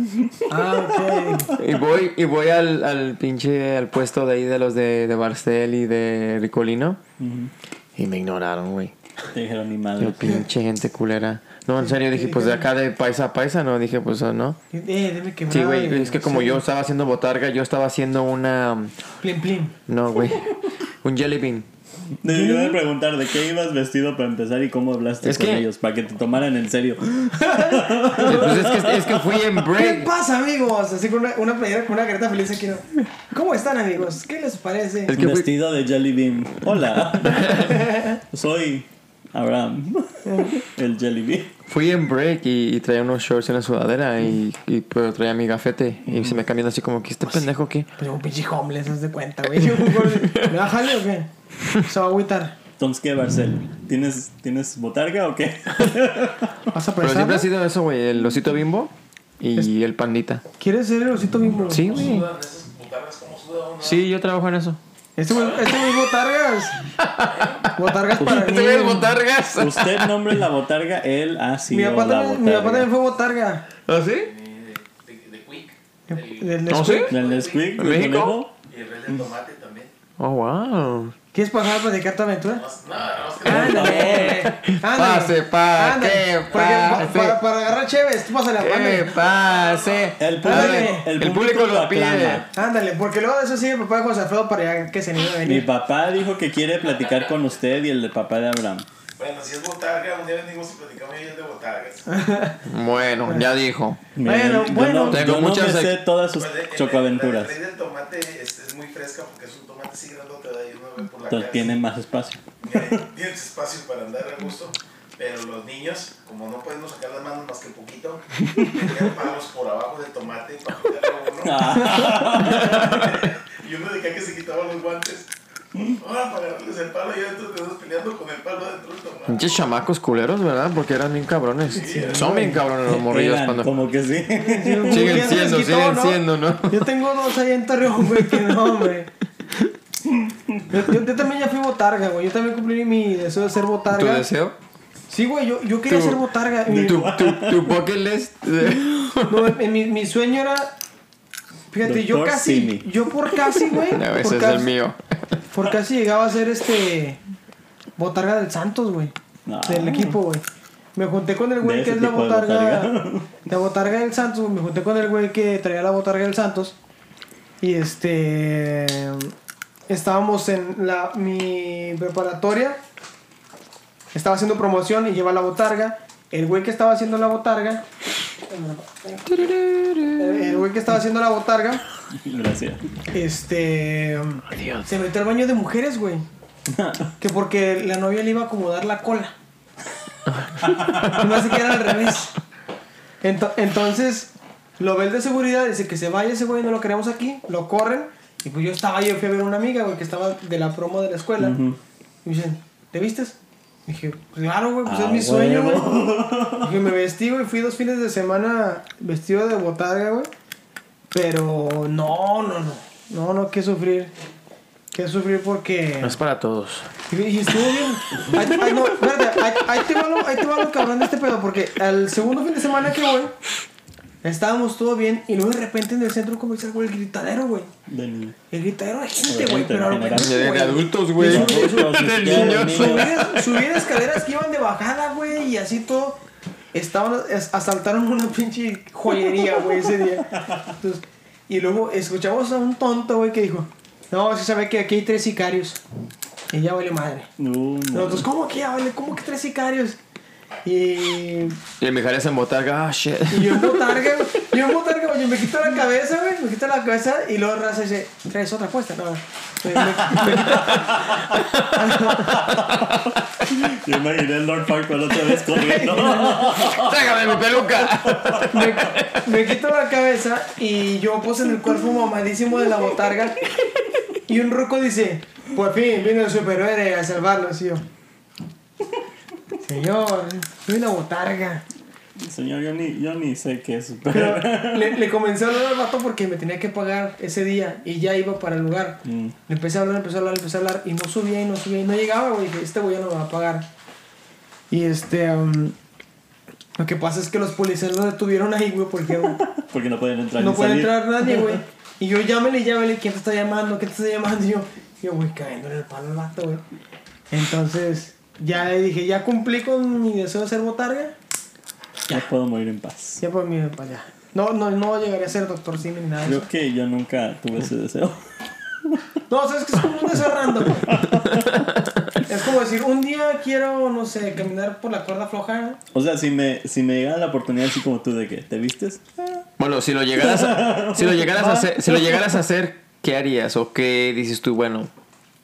S1: Ah, ok.
S2: Y voy, y voy al, al pinche, al puesto de ahí de los de, de Barcel y de Ricolino. Y me ignoraron, güey.
S3: Te dijeron ni
S2: Yo,
S3: madre.
S2: pinche gente culera. No, en serio, dije, pues de acá de paisa a paisa, no, dije, pues ah, no.
S1: Eh, deme quebrada.
S2: Sí, güey, es que como yo estaba haciendo botarga, yo estaba haciendo una... um,
S1: Plim, plim.
S2: No, güey, un jelly bean.
S3: Te iba a preguntar de qué ibas vestido para empezar y cómo hablaste
S2: Es
S3: con
S2: que-
S3: ellos, para que te tomaran en serio.
S2: Pues es que, es que fui en
S1: ¿Qué
S2: break.
S1: pasa, amigos? Así con una, una playera con una careta feliz aquí, ¿no? ¿Cómo están, amigos? ¿Qué les parece?
S2: <gasps> Es que fui-
S3: vestido de Jelly Bean.
S2: <laughs>
S3: Hola. <laughs> Soy
S1: <laughs>
S3: Abraham. El Jelly Bean.
S2: Fui en break y, y traía unos shorts y una sudadera y, y, pero traía mi gafete y se me cambió así como que este pendejo que...
S1: Pues un pinche homeless, haz de cuenta, güey. <laughs> Yo, güey, ¿Me va a jale o qué? Se va a agüitar.
S3: Entonces, ¿qué, Barcel? ¿Tienes, ¿Tienes botarga
S1: <laughs>
S3: o qué? <laughs>
S1: ¿Vas a
S2: Pero
S1: prestar?
S2: siempre ha sido eso, güey, el osito bimbo y el pandita.
S1: ¿Quieres ser el osito bimbo?
S2: Sí, güey.
S4: Sudan esas botargas como suda uno.
S2: Sí, yo trabajo en eso.
S1: Este güey este güey es botargas. Botargas
S2: Este
S1: para mí.
S2: botargas?
S3: Usted nombre la botarga, él ha
S1: Mi
S3: sido
S1: papá,
S3: la
S1: también, mi papá
S3: botarga.
S1: también fue botarga.
S2: ¿Ah, sí?
S4: De, de, de Quick.
S1: Del
S4: del-
S2: ¿No sí?
S1: Nesquik.
S3: ¿Del Nesquik?
S2: ¿En
S3: ¿Del
S2: México?
S3: conejo?
S4: y el
S3: Mm.
S4: rey del tomate también.
S2: Oh, wow.
S1: ¿Quieres pasar a platicar tu aventura?
S4: Más- No, no, es que
S1: Ah. Ándale, ándale.
S2: Pase, pa,
S1: Ándale.
S2: que
S1: Porque pa-
S2: pase. Eh,
S1: Para, para agarrar chéves, tú pásale a
S2: ¿Qué
S1: Juan.
S2: pase?
S3: El
S2: A
S3: público,
S2: ver,
S3: el público lo aclama.
S1: Ándale, porque luego de eso sigue el papá de José Alfredo para allá que se niega a
S3: Mi
S1: venir.
S3: papá dijo que quiere platicar con usted y el de papá de Abraham.
S4: Bueno, si es botarga, un día venimos y platicamos ellos de botargas.
S3: Ah,
S2: Bueno, ya dijo.
S3: Mira,
S1: Bueno,
S3: yo
S1: bueno.
S3: no-
S2: Tengo
S3: yo no me
S2: muchas-
S3: sé todas sus
S4: Pues, eh,
S3: chocoaventuras.
S4: La, la, del tomate es, es muy fresca porque es un tomate así grandote, ¿verdad? y uno ve por la
S3: Entonces
S4: cara.
S3: tiene más espacio. <laughs>
S4: Tiene- Tienes espacio para andar a gusto. Pero los niños, como no podemos sacar las manos más que poquito,
S3: <laughs>
S4: metían palos por abajo del tomate para quitarle
S3: Ah.
S4: a uno. y uno decía que se quitaba los guantes. Ahora para agarrarles el palo y otros te peleando con el palo dentro del tomate.
S2: Pinches chamacos culeros, ¿verdad? Porque eran bien cabrones. Son bien cabrones los morrillos
S3: Eran,
S2: cuando.
S3: Como que sí. <laughs>
S2: Siguen siendo, siguen siendo, ¿no?
S1: Yo tengo dos ahí en Torreón, güey, que no, hombre. Yo, yo- yo también ya fui botarga, güey. Yo también cumplí mi deseo de ser botarga.
S2: ¿Tu deseo?
S1: Sí, güey, yo, yo quería
S2: Tu-
S1: ser botarga. Mi-
S2: ¿Tu, tu, tu bucket list?
S1: No, mi- mi, mi sueño era. Fíjate, yo
S3: Doctor
S1: casi.
S3: Simi.
S1: Yo por casi,
S2: <laughs>
S1: güey.
S2: No,
S1: por
S2: ese es
S1: casi-
S2: el mío.
S1: Por casi llegaba a ser este. Botarga del Santos, güey.
S3: No.
S1: Del equipo, güey. Me junté con el güey
S3: De
S1: que
S3: ese
S1: es la
S3: tipo de
S1: botarga.
S3: botarga.
S1: La botarga del Santos, güey. Me junté con el güey que traía la botarga del Santos. Y este. Estábamos en la, mi preparatoria. Estaba haciendo promoción y lleva la botarga. El güey que estaba haciendo la botarga. El güey que estaba haciendo la botarga.
S3: Gracias. <laughs>
S1: Este.
S2: Dios.
S1: Se metió al baño de mujeres, güey. Que porque la novia le iba a acomodar la cola. No sé que era al revés. Ento- entonces, lo ve el de seguridad, dice que se vaya ese güey, no lo queremos aquí, lo corren. Y pues yo estaba ahí, yo fui a ver a una amiga, güey, que estaba de la promo de la escuela. Y me dicen, ¿te vistes? Dije, claro, güey, pues
S3: Ah,
S1: es mi sueño, güey.
S3: huevo.
S1: Dije, me vestí, güey, fui dos fines de semana vestido de botarga, güey. Pero no, no, no. No, no, que sufrir. Que sufrir porque.
S2: No es para todos.
S1: Y, y estuvo bien. Ahí, ahí no, espérate, ahí, ahí te va lo, ahí te va lo cabrón de este pedo, porque al segundo fin de semana que voy, estábamos todo bien y luego de repente en el centro comercial, güey, el gritadero, güey.
S3: De niño.
S1: El gritadero de gente,
S3: De
S1: güey,
S3: gente,
S1: pero
S3: en
S1: lo
S3: general.
S1: pendejo,
S2: De
S1: güey.
S2: adultos, güey.
S1: De
S2: <laughs>
S3: adultos,
S2: De
S3: de
S2: niños.
S3: niños.
S1: Subían, subían escaleras que iban de bajada, güey, y así todo. Estaban, as- asaltaron una pinche joyería, güey, ese día. Entonces, y luego escuchamos a un tonto, güey, que dijo: No, se sabe que aquí hay tres sicarios. Y ya vale madre.
S3: No, no.
S1: Nosotros, pues, ¿cómo que ya vale? ¿Cómo que tres sicarios? Y,
S2: Y el Mijares en botarga, ah, shit. <laughs>
S1: y yo en botarga, güey, yo en botarga, güey, yo me quito la cabeza, güey, me quito la cabeza y luego Raza dice, ¿traes otra puesta? No, me, me- me quito-
S3: Yo imaginé el Lord Farquaad otra vez
S1: <laughs>
S3: corriendo.
S2: ¡Sácame mi peluca!
S1: me- me quito la cabeza y yo puse en el cuerpo mamadísimo de la botarga y un ruco dice, por fin vino el superhéroe a salvarnos, y yo, señor, soy la botarga.
S3: <laughs> Señor, yo ni, yo ni sé qué es
S1: Pero
S3: super.
S1: le, le comencé a hablar al vato porque me tenía que pagar ese día y ya iba para el lugar.
S3: Mm.
S1: Le empecé a hablar, empecé a hablar, empecé a hablar y no subía y no subía y no llegaba, güey. Dije, este güey ya no me va a pagar. Y este, um, lo que pasa es que los policías lo detuvieron ahí, güey,
S3: <laughs>
S1: porque güey,
S3: <laughs> Porque no pueden entrar
S1: no
S3: ni
S1: puede
S3: salir.
S1: entrar nadie, güey. Y yo llámele, llámele, ¿quién te está llamando? ¿Quién te está llamando? Y yo, yo, güey, cayendo en el palo al vato, güey. Entonces, ya le dije, ya cumplí con mi deseo de ser botarga.
S3: No puedo morir en paz.
S1: Ya por mí, para allá. No, no, no llegaría a ser doctor cine ni nada. de eso.
S3: Creo que yo nunca tuve ese deseo. <laughs>
S1: No, sabes que es como un deseo random. güey. es como decir, un día quiero, no sé, caminar por la cuerda floja.
S3: O sea, si me, si me llegara la oportunidad así como tú de que te vistes, ah,
S2: Bueno, si lo llegaras a, si lo llegaras a hacer, si lo llegaras a hacer, ¿qué harías? ¿O qué dices tú? Bueno,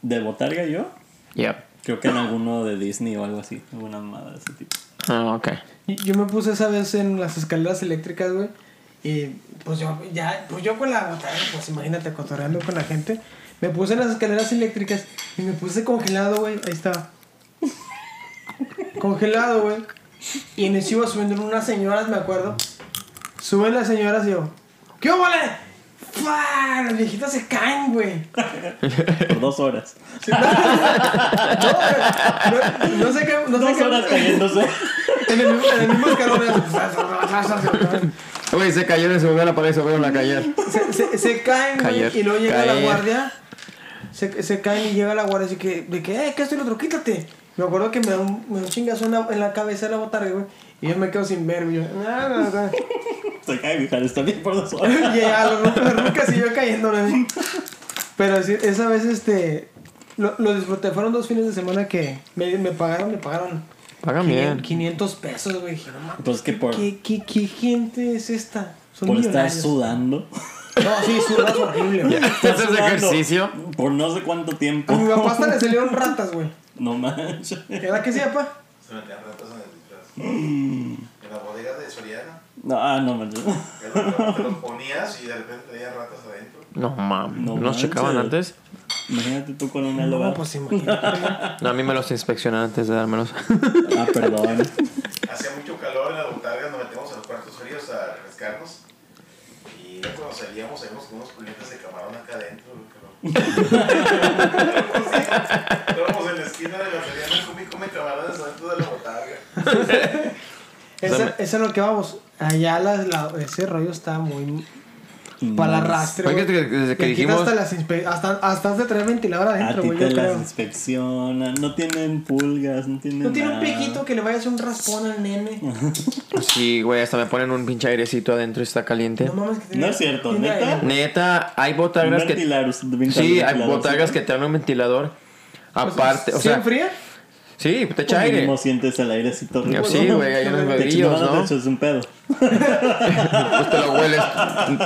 S3: de botarga yo,
S2: ya.
S3: creo que en alguno de Disney o algo así. Alguna mamada de ese tipo.
S2: Ah, ok.
S1: Y- Yo me puse esa vez en las escaleras eléctricas, güey. Y pues yo, ya, pues yo con la botarga, pues imagínate, cotorreando con la gente. Me puse en las escaleras eléctricas y me puse congelado, güey. Ahí estaba. congelado, güey. Y en eso iba subiendo unas señoras, me acuerdo. Suben las señoras y yo, ¿qué hubo, le? ¡Fua! Los viejitos se caen, güey.
S3: Por dos horas.
S1: Sí, no, no, no, no sé qué. <laughs> No sé
S3: Dos
S1: qué.
S3: horas cayéndose. <laughs>
S1: En el, mismo- en el mismo escalón. era-
S2: Güey, se cayeron y se volvió a la pared y se volvieron a caer.
S1: Se, se, se caen, güey,
S2: Caer,
S1: y luego llega la
S2: caer.
S1: guardia. Se, se caen y llega la guardia. Así que, de que, eh, ¿qué estoy el otro? Quítate. Me acuerdo que me da un, me da un chingazo en la, en la cabeza de la botarga, güey. Y yo me quedo sin ver, güey. Yo, "No, no, no".
S3: Se cae, mi está bien por dos horas.
S1: <laughs> Y ya, los rucas y yo cayéndole. güey. Pero sí, esa vez, este. Lo, lo disfruté. Fueron dos fines de semana que me, me pagaron, me pagaron.
S2: Pagan bien.
S1: 500 pesos, güey. Dije, no mames,
S3: Pues que por,
S1: ¿Qué, qué, qué gente es esta? Son
S3: por estar
S1: millonarios. <laughs>
S3: sudando.
S1: No, sí, sudas horrible, güey.
S3: Estás
S2: ¿Haces
S3: sudando
S2: ejercicio?
S3: Por no sé cuánto
S1: A mi
S3: tiempo.
S1: papá hasta le salieron ratas, güey.
S3: <laughs> No manches.
S1: ¿Verdad que sí, papá?
S4: Se metían ratas en el disfraz. En la bodega de Soriana.
S3: No, ah, no manches. <laughs>
S4: Te lo- te los ponías y de repente traían ratas adentro.
S2: No mames.
S3: No
S2: ¿No los
S3: manches.
S2: checaban antes?
S3: Imagínate tú con una
S1: No,
S3: loba.
S1: pues imagínate.
S2: No, a mí me los inspeccionan antes de dármelos.
S3: Ah, perdón.
S4: Hacía mucho calor en la botarga, nos metíamos a los cuartos fríos a refrescarnos. Y ya cuando salíamos, salíamos con unos pulientes de camarón acá adentro. güey, que no- Estábamos en la esquina de la Soriana, comí, come camarones adentro de la botarga.
S1: Esa- Eso es lo que vamos. Allá la, la- ese rollo está muy. <laughs> Para el arrastre. güey.
S2: Fíjate que desde que
S1: Y aquí
S2: dijimos-
S1: Hasta, las inspe- hasta, hasta has de traer ventilador
S3: A
S1: adentro,
S3: ti
S1: güey,
S3: te
S1: yo
S3: las
S1: creo.
S3: inspeccionan. No tienen pulgas, no tienen.
S1: No tiene un
S3: nada.
S1: piquito que le vayas un raspón al nene.
S2: Sí, güey, hasta me ponen un pinche airecito adentro y está caliente.
S1: No mames que tiene-
S3: No es cierto,
S1: tiene
S3: ¿neta?
S1: aire.
S2: Neta, hay
S3: Un
S2: botargas que...
S3: ventilador, un
S2: Sí, hay
S3: ventilador,
S2: botargas que te dan un ventilador. Aparte, o
S1: Pues, ¿Sí
S2: sea...
S1: enfría?
S2: Sí, te echa
S3: Pues
S2: aire.
S3: mínimo sientes el airecito rico.
S2: Sí, güey, hay unos
S3: Te chingaban
S2: huevillos,
S3: los
S2: ¿no?
S3: hechos, es un
S2: <laughs>
S3: pedo.
S2: Pues te lo hueles.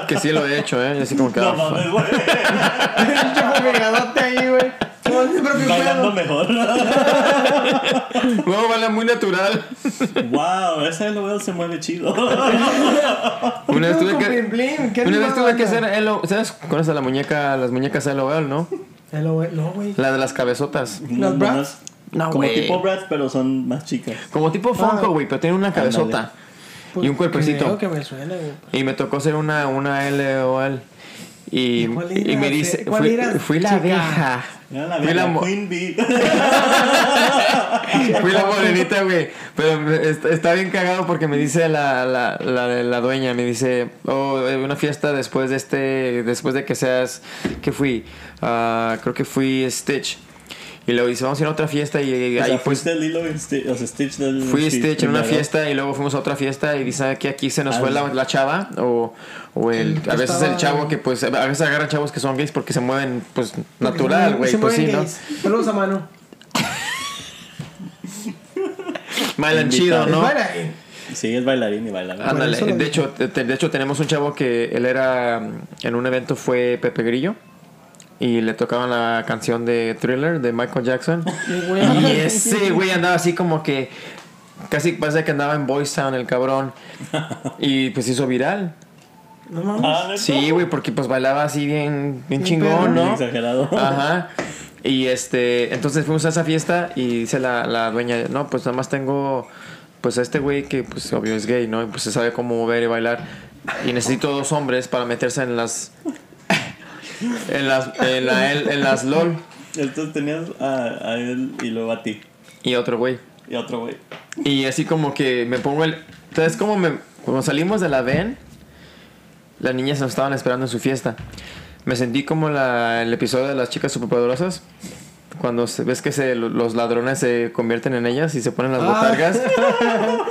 S2: Que sí lo he hecho, ¿eh? Así como que...
S3: No
S2: ah, fuck. <laughs>
S3: mames, güey.
S1: Pinche fumigadote ahí, güey. Todo el propio
S3: Bailando
S1: pedo.
S3: mejor. <laughs>
S2: No, vale, muy natural.
S3: wow, ese LOL se mueve chido. <laughs>
S2: Una vez
S1: Todo
S2: tuve
S1: con
S2: que...
S1: blin blin, ¿qué
S2: Una
S1: animal
S2: vez tuve que
S1: anda?
S2: hacer el... ¿Sabes? Conoces la muñeca, las muñecas LOL, ¿no?
S1: El oe- No, güey.
S2: La de las cabezotas.
S1: ¿Las Bratz?
S2: No,
S3: Como
S2: güey.
S3: tipo Bratz, pero son más chicas.
S2: Como tipo Funko,
S1: Ah.
S2: güey, pero tiene una cabezota. y un cuerpecito.
S1: Pues, Creo que me suena, güey.
S2: Y me tocó hacer una, una LOL. Y,
S1: ¿Y cuál era,
S2: y me
S1: güey?
S2: dice,
S1: ¿Cuál
S2: fui,
S1: era,
S2: fui la
S1: chica?
S2: abeja.
S3: Era la
S2: Fui la,
S3: vieja
S2: mo-
S3: Queen Bee.
S2: <laughs> fui la morenita, güey. Pero me- est- está bien cagado porque me dice la, la, la, la dueña, me dice, oh, eh, una fiesta después de este, después de que seas, que fui, Ah, creo que fui Stitch. Y luego dice, vamos a ir a otra fiesta y, y
S3: O
S2: ahí
S3: sea,
S2: pues
S3: fuiste Lilo y Stitch, o sea, Stitch del
S2: Fui Stitch en una
S3: primero.
S2: fiesta y luego fuimos a otra fiesta y dicen que aquí se nos
S3: Ah,
S2: fue la,
S3: sí.
S2: la chava o, o el, a veces el
S1: estaba-
S2: chavo que pues a veces agarran chavos que son gays porque se mueven pues natural, güey, pues sí, ¿no?
S1: ¿no? Saludos a mano.
S2: Bailan chido,
S1: Es
S2: Ah, ¿no?
S1: buena, eh.
S3: Sí, es bailarín y bailarín.
S1: Ah.
S2: Ándale,
S1: eso lo
S2: de
S1: vi.
S2: hecho, te- te- de hecho tenemos un chavo que él era mm, en un evento fue Pepe Grillo y le tocaban la canción de Thriller de Michael Jackson
S1: Y, <laughs>
S2: y
S1: güey,
S2: ese güey andaba así como que casi parece que andaba en Boys Town el cabrón y pues hizo viral.
S1: No mames.
S3: Ah, ¿neta?
S2: Sí, güey, porque pues bailaba así bien, bien
S1: Bien
S2: chingón,
S3: Bien
S2: ¿no?
S3: Exagerado.
S2: Ajá. Y este, entonces fuimos a esa fiesta y dice la, la dueña, no, pues nada más tengo, pues a este güey que pues obvio es gay, ¿no? Y pues se sabe cómo mover y bailar. Y necesito dos hombres para meterse en las... En las, en, la, en, las LOL
S3: <laughs> Entonces tenías a, a él y luego a ti.
S2: y otro güey.
S3: Y a otro güey.
S2: Y así como que me pongo el... Entonces como me... Cuando salimos de la VEN, las niñas nos estaban esperando en su fiesta. Me sentí como la, el episodio de las chicas superpoderosas. Cuando se- ves que se, los ladrones se convierten en ellas y se ponen las
S1: Ah. <laughs>
S2: botargas.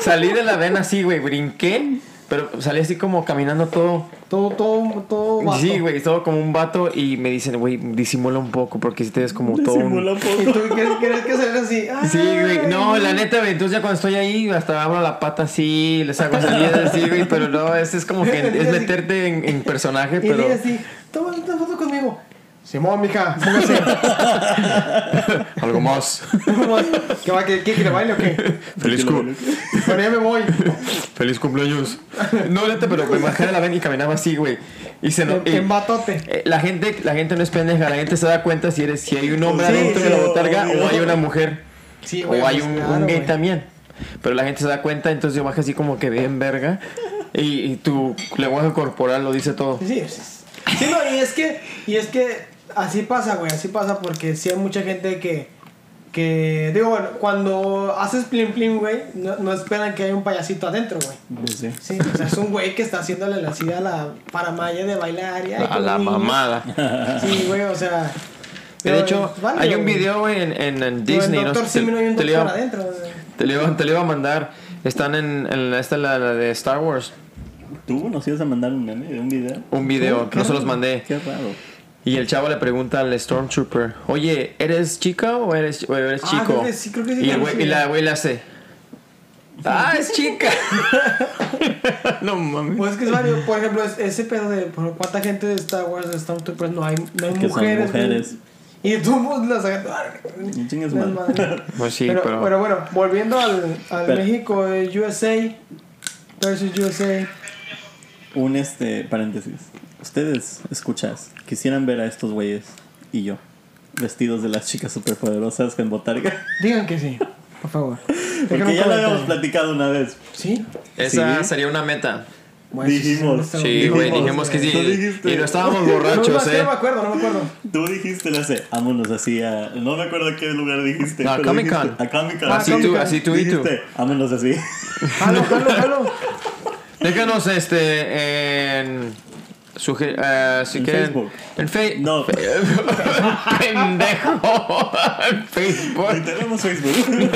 S2: salí de la VEN así, güey. Brinqué. Pero salí así como caminando todo...
S1: Todo, todo, todo. vato.
S2: Sí, güey. Todo como un vato. Y me dicen, güey, disimula un poco porque si te ves como
S3: <laughs>
S2: todo... un-
S3: Simula un
S1: ¿Y
S3: poco.
S1: tú quieres, quieres que salga así?
S2: Sí, güey. No,
S1: Ay.
S2: la neta, güey. Entonces ya cuando estoy ahí, hasta abro la pata así, les hago salidas así, güey. Pero no, es, es
S1: <laughs>
S2: como que es meterte en, en personaje,
S1: Y
S2: pero.
S1: dile así, toma una foto conmigo. Simón, mija,
S2: <laughs>
S1: póngase.
S2: <laughs> Algo más.
S1: ¿Qué va? ¿Qué, qué, que le baile o qué?
S2: <laughs> <laughs> Feliz, cu-
S1: Bueno, ya me voy.
S2: feliz cumpleaños. No, neta, pero me bajé la ven y caminaba así, güey. Y se no.
S1: En- En
S2: y-
S1: batote.
S2: eh, la gente, la gente no es pendeja, la gente se da cuenta si eres, si hay un hombre
S3: Sí,
S2: adentro de la
S3: sí,
S2: botarga
S3: obvio.
S2: o hay una mujer.
S1: Sí, güey,
S2: o hay
S1: pues,
S2: un,
S1: claro,
S2: un gay
S1: güey.
S2: también. Pero la gente se da cuenta, entonces yo bajé así como que bien verga. Y, y tu lenguaje corporal lo dice todo.
S1: Sí, sí, sí, no, y es que, y es que así pasa, güey, así pasa porque sí hay mucha gente que, que digo, bueno, cuando haces plim plim, güey, no, no esperan que haya un payasito adentro, güey.
S3: Pues sí.
S1: Sí, o sea, es un güey que está haciéndole la sida a la paramaya de bailar y ay,
S2: A
S1: qué
S2: la
S1: bonito. <laughs>
S2: mamada.
S1: Sí, güey, o sea.
S2: De
S1: pero
S2: hecho,
S1: es válido,
S2: hay un
S1: güey.
S2: video güey, en, en, en
S1: Digo,
S2: Disney.
S1: El
S2: no sé,
S1: doctor Simi no hay un
S2: te,
S1: doctor
S2: lo iba-
S1: adentro. o sea.
S2: te lo iba- te lo iba a mandar. Están en, en la- esta, la, la de Star Wars.
S3: Tú nos ibas a mandar un meme de un video.
S2: Un video,
S3: Qué
S2: no se
S3: raro,
S2: los mandé.
S3: Qué raro.
S2: Y el chavo le pregunta al Stormtrooper, oye, ¿eres chica o eres, o eres
S1: Ah,
S2: chico?
S1: creo que sí, creo que sí,
S2: Y, el
S1: creo
S2: güey-
S1: que
S2: y
S1: sí.
S2: la güey le hace, ah, es chica. <laughs> no mames.
S1: Pues es que
S3: <laughs>
S1: es varios, por ejemplo, es- ese pedo de por cuánta gente de Star Wars, de Stormtroopers, no hay, no hay
S3: Que son
S1: mujeres. güey.
S3: mujeres.
S1: Y tú pues, las
S3: No chingues
S1: Las
S3: mal.
S1: madres.
S2: <laughs> Pues sí,
S1: pero,
S2: pero-
S1: pero bueno, volviendo al, al
S3: Pero-
S1: México, eh, USA versus USA.
S3: <laughs> Un este paréntesis. Ustedes, escuchas, quisieran ver a estos güeyes y yo. Vestidos de las chicas superpoderosas en botarga.
S1: Digan que sí, por
S3: <laughs>
S1: favor. Dejen un
S3: Porque ya lo habíamos
S1: comentario.
S3: platicado una vez.
S1: Sí.
S2: Esa
S3: Sí.
S2: sería una meta.
S1: Bueno, sí,
S3: Dijimos.
S1: sí,
S2: Sí, güey, dijimos que
S3: Tú
S2: sí.
S3: dijiste.
S2: Y no estábamos
S1: No, no, es
S2: borrachos,
S1: que
S2: eh.
S1: no me acuerdo, no me acuerdo.
S3: Tú dijiste, la sé, vámonos así a. No me acuerdo a qué lugar dijiste.
S2: No, a
S3: pero
S2: Comic Con.
S3: dijiste- A Comic Con.
S1: Ah,
S2: Así
S1: Comic
S2: tú,
S1: Con.
S2: así tú y tú.
S3: Dijiste, vámonos
S2: <laughs>
S3: así.
S1: Jalo, jalo, jalo.
S2: Déjanos este en suge- eh, si
S3: En
S2: quieren
S3: Facebook.
S2: en Facebook
S3: No.
S2: <laughs> pendejo en
S3: Y
S2: Facebook <laughs>
S3: tenemos Facebook.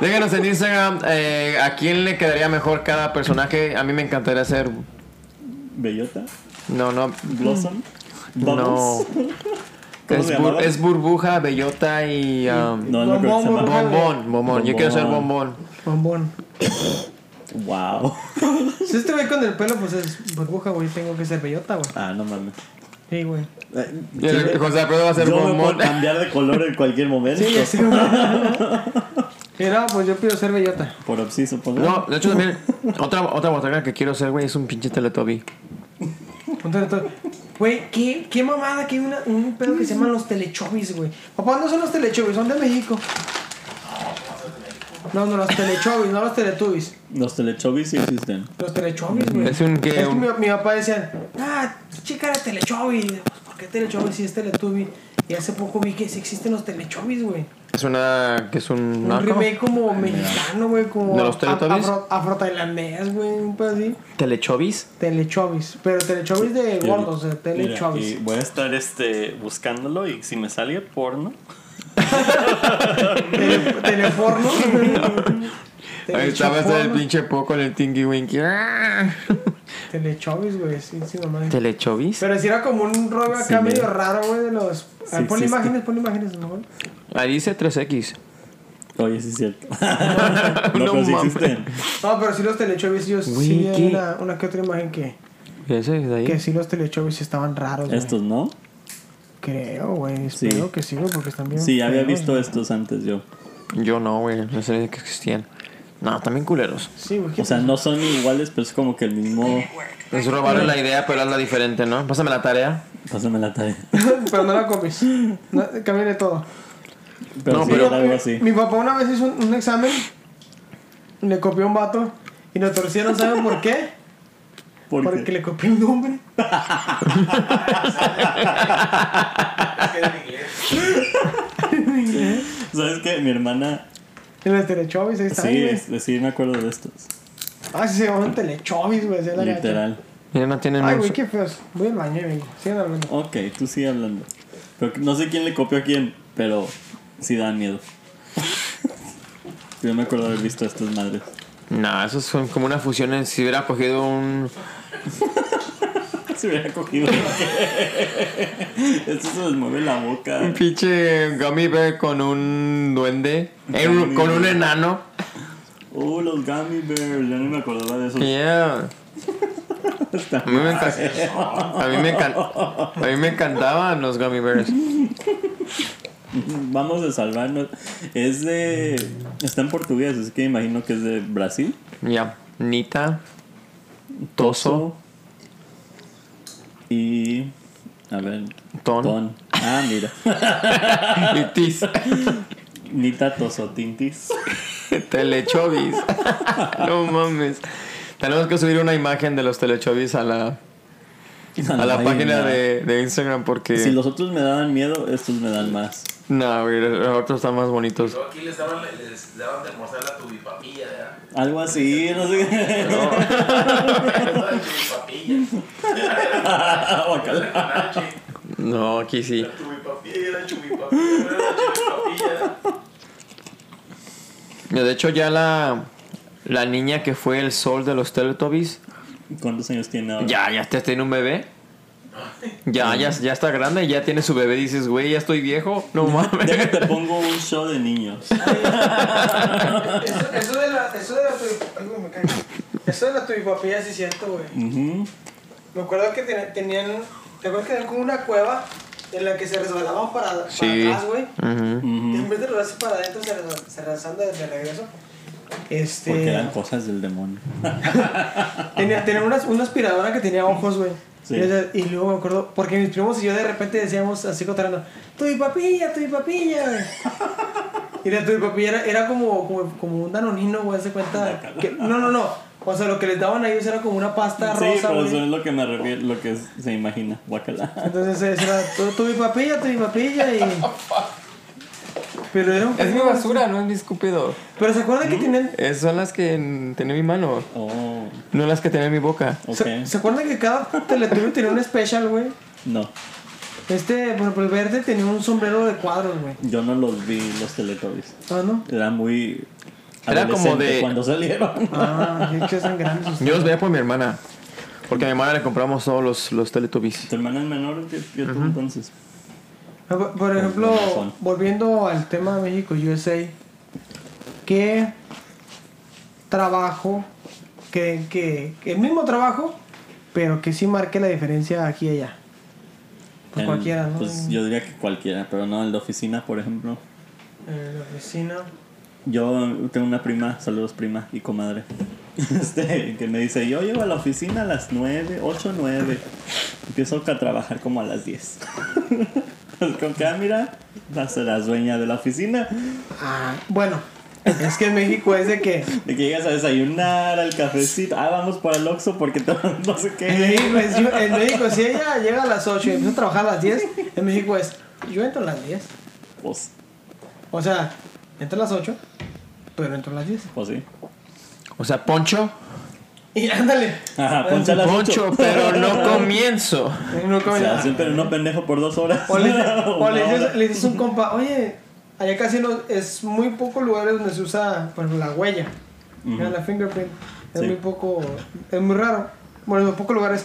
S2: déjanos en Instagram eh, a quién le quedaría mejor cada personaje a mí me encantaría ser
S3: Bellota,
S2: no no
S3: Blossom,
S2: no
S3: Bubbles. ¿Cómo
S2: es,
S3: se
S2: bur-
S3: llamaba?
S2: es burbuja bellota y um,
S3: No, no creo que se
S1: Bombón,
S3: llama.
S2: bombón bombón yo quiero ser
S3: Bombón.
S2: bombón
S1: Bombón.
S3: Wow.
S1: Si este güey con el pelo, pues es burbuja, güey. Tengo que ser bellota, güey.
S3: Ah, no mames.
S1: Sí, güey.
S3: Eh,
S2: Y el-
S3: yo-
S2: José Alfredo va a ser
S3: yo me puedo
S2: bombón
S3: cambiar de color en cualquier momento.
S1: Sí, ya sé, güey. Y no, pues yo pido ser bellota.
S3: Por obsiso,
S2: <laughs>
S3: por
S2: no de hecho también otra otra botarga que quiero ser güey es un pinche teletubby
S1: Entonces, entonces, Güey, ¿qué, qué mamada que hay una- un pedo que se llaman los telechovis, güey. Papá, no son los telechovis, son de México. No, no, los telechovis, no los teletubbies.
S3: Los telechovis sí existen.
S1: Los telechovis, güey.
S2: Es un que-
S1: Es que
S2: un-
S1: mi, mi papá decía, ah, chica era telechovis. Pues, ¿por qué telechovis si es teletubby? Y hace poco vi que sí existen los telechovis, güey.
S2: Es una. que es un.
S1: Un
S2: narco.
S1: remake como mexicano, güey, como
S2: ¿De los
S1: af-
S2: Teletubbies?
S1: afro- afro-tailandés, güey, un pedo así.
S2: Telechovis.
S1: Telechovis, pero telechovis de
S3: Y ahorita-
S1: gordos, de telechovis.
S3: Mira, y voy a estar este, buscándolo y si me sale porno.
S1: Tele-
S3: <laughs>
S1: teleporno.
S2: Ahí estaba ese
S1: Telechoporno.
S2: pinche poco en el Tinky <laughs> Winky.
S1: Telechovis, güey, sí, sí, mamá.
S2: ¿Telechovis?
S1: Pero si era como un rollo acá
S3: Sí,
S1: medio
S3: mira.
S1: raro, güey, de los. Ah,
S3: Sí
S1: pon
S3: existe.
S1: imágenes, pon imágenes, por favor.
S2: Ahí dice 3X.
S3: Oye, sí es cierto.
S2: No
S3: no, pero sí
S2: mames.
S3: existen.
S1: No, pero sí los telechovis, yo
S2: Güey,
S1: sí hay
S2: ¿qué?
S1: una, una que otra imagen que,
S2: ¿Ese es de ahí?
S1: que sí los telechovis estaban raros, güey.
S3: Estos no.
S1: Creo, güey,
S3: Sí.
S1: espero que sí, güey, porque están bien.
S3: Sí, había
S1: feos,
S3: visto estos antes yo.
S2: Yo no, güey. No sé que existían. No, también culeros.
S1: Sí, güey.
S3: O sea, no son iguales, pero es como que el mismo.
S2: Es robarle la idea, pero hazla diferente, ¿no? Pásame la tarea.
S3: Pásame la tarea.
S1: <laughs>
S3: <laughs>
S1: pero no la comes. No, cambié de todo.
S3: Pero
S2: No,
S3: sí,
S2: pero-
S3: era algo así.
S1: Mi papá una vez hizo un, un examen, le copió un vato y lo torcieron, ¿saben por
S3: <laughs>
S1: qué?
S3: Porque,
S1: Porque le copió un nombre.
S4: Es que era en inglés.
S3: ¿Sabes qué? Mi hermana.
S1: En los telechovis, ahí está.
S3: Sí,
S1: güey.
S3: es- sí, me acuerdo de estos.
S1: Ah, sí, se llamaban telechovis, güey. hacía la gacha.
S3: Literal.
S2: Mira, no tienen.
S1: Ay,
S2: un-
S1: güey, qué feos. Voy al baño y vengo. Sigan <laughs> hablando.
S3: Ok, tú sigue hablando. Pero que- no sé quién le copió a quién, pero sí dan miedo. Yo me acuerdo haber visto a estas madres. <laughs>
S2: No, eso es como una fusión. en- Si hubiera cogido un.
S3: Se hubiera cogido. <laughs> Esto se les mueve la boca.
S2: Un pinche gummy bear con un duende. eh,
S3: Gummy
S2: con un
S3: bear.
S2: enano.
S1: <laughs>
S3: Oh, los gummy bears. Yo no me acordaba de esos.
S2: Yeah. A mí me, enca- a mí me encan- a mí me encantaban los gummy bears.
S3: Vamos a salvarnos. Es de. Está en portugués, así que imagino que es de Brasil.
S2: Ya. Nita. Toso.
S3: Y. A ver.
S2: Ton.
S3: Ton. Ah, mira. <laughs>
S2: Y tis.
S3: Nita Tosotintis.
S2: <laughs> Telechovis. <laughs> No mames. Tenemos que subir una imagen de los telechovis a la, a la página de, de Instagram porque.
S3: Si los otros me daban miedo, estos me dan más.
S2: No, güey, los otros están más bonitos.
S4: Luego aquí les daban, les daban de almorzar la tubipapilla, ¿verdad? <laughs>
S3: Algo así, no sé qué.
S4: La tubipapilla.
S3: Guacala.
S4: La canache.
S2: No, aquí sí.
S4: La tubipapilla, la chubipapilla, la chubipapilla.
S2: De hecho, ya la, la niña que fue el sol de los Teletubbies,
S3: ¿Cuántos años tiene ahora?
S2: ya, ya está- tiene un bebé. Ya, ya, ya está grande, ya tiene su bebé. Dices, güey, <laughs> ya estoy viejo. No mames.
S3: Déjate, pongo un show de niños.
S1: Eso, eso de la. Eso de la tubi- Ay, güey, me caigo. Eso de la tubipapilla, sí es cierto, güey.
S3: Ujú.
S1: Me acuerdo que ten- tenían. ¿Te acuerdas que tenían como una cueva en la que se resbalaban para, para
S2: Sí.
S1: atrás, güey?
S2: Ujú.
S1: Y
S3: Ujú.
S1: en vez de rodarse para adentro, se, resbal- se regresaban desde regreso. Este.
S3: Porque eran cosas del demonio.
S1: Tenía, tenía una, una aspiradora que tenía ojos, güey.
S3: Sí.
S1: Y esa- Y luego me acuerdo, porque mis primos y yo de repente decíamos así cotarando, tu y papilla, tu y papilla, güey. Y la tu y papilla era, era como, como, como un danonino, güey, se cuenta. que- no, no, no. O sea, lo que les daban a ellos era como una pasta
S3: Sí,
S1: rosa,
S3: pero
S1: güey.
S3: eso es lo que me refiero, lo que se imagina. Guacala.
S1: Entonces eso era tu, tu y papilla, tu y papilla y. Pero era un.
S2: Es mi basura, no es mi escupido.
S1: Pero se acuerdan que tenían.
S2: Es- son las que en- tenía en mi mano,
S3: Oh,
S2: no las que tenía en mi boca.
S3: ok.
S1: ¿Se, ¿se acuerdan que cada teletubbie tenía un special, güey?
S3: No,
S1: Este, por ejemplo, el verde tenía un sombrero de cuadros, güey.
S3: yo no los vi los Teletubbies.
S1: Ah, ¿no?
S3: Era muy.
S2: Era como
S3: adolescente
S2: de-
S3: Cuando salieron. <laughs>
S1: Ah, es que son grandes ustedes.
S2: Yo los veía por mi hermana, porque a mi hermana le compramos todos los, los Teletubbies.
S3: Tu hermana es menor que que tú, entonces.
S1: Ah, Por- Por ejemplo,
S3: razón.
S1: volviendo al tema de México USA, ¿qué trabajo, que, que, el mismo trabajo, pero que sí marque la diferencia aquí y allá? Pues
S3: En-
S1: cualquiera, ¿no?
S3: Pues
S1: en,
S3: yo diría que cualquiera, pero no, en la oficina, por ejemplo.
S1: en la oficina.
S3: Yo tengo una prima, saludos prima y comadre, <laughs> este, que me dice, yo llego a la oficina a las 9, 8, 9. Empiezo a trabajar como a las <laughs> 10. Es como que, ah, mira, vas a ser la dueña de la oficina.
S1: Ah, bueno, Es que en México es de que.
S3: De que llegas a desayunar, al cafecito. Ah, vamos para el Oxxo porque <laughs> te no sé
S1: En
S3: qué.
S1: México, es- yo- en México, si ella llega a las 8 y empieza a trabajar a las 10, en México es. Yo entro a las 10.
S3: Pues,
S1: O sea, entro a las 8, pero entro a las 10.
S3: pues sí.
S2: O sea, poncho,
S1: Y ándale.
S3: Ajá, poncha a las
S2: poncho,
S3: ocho.
S2: pero no comienzo.
S1: No
S3: O
S1: come
S3: sea,
S1: nada.
S3: siempre no pendejo por dos horas. <laughs>
S1: O le, dices- o le
S3: Una hora.
S1: dices, le dices a un compa, oye, allá casi no, es muy pocos lugares donde se usa por ejemplo, la huella, ¿no? la fingerprint. Es
S3: Sí.
S1: muy poco, es muy raro. Bueno, en pocos lugares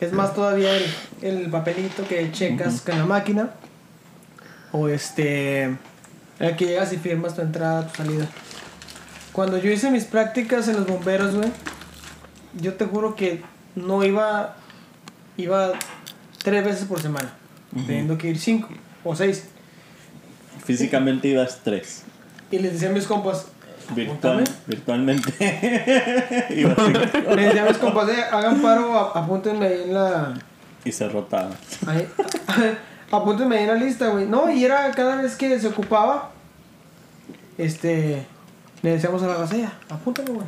S1: es más todavía el, el papelito que checas con la máquina. O este, el que llegas y firmas tu entrada, tu salida. Cuando yo hice mis prácticas en los bomberos, güey, yo te juro que no iba, iba tres veces por semana, teniendo que ir cinco o seis.
S3: Físicamente ibas tres.
S1: Y les decía a mis compas,
S3: Virtual, virtualmente <laughs> ibas cinco.
S1: les decía a mis compas, "Eh, hagan paro, a- apúntenme ahí en la,
S3: y se rotaba.
S1: ahí- <laughs> apúntenme ahí en la lista, güey. No, y era cada vez que se ocupaba, este, le decíamos a la gasella, apúntame, güey.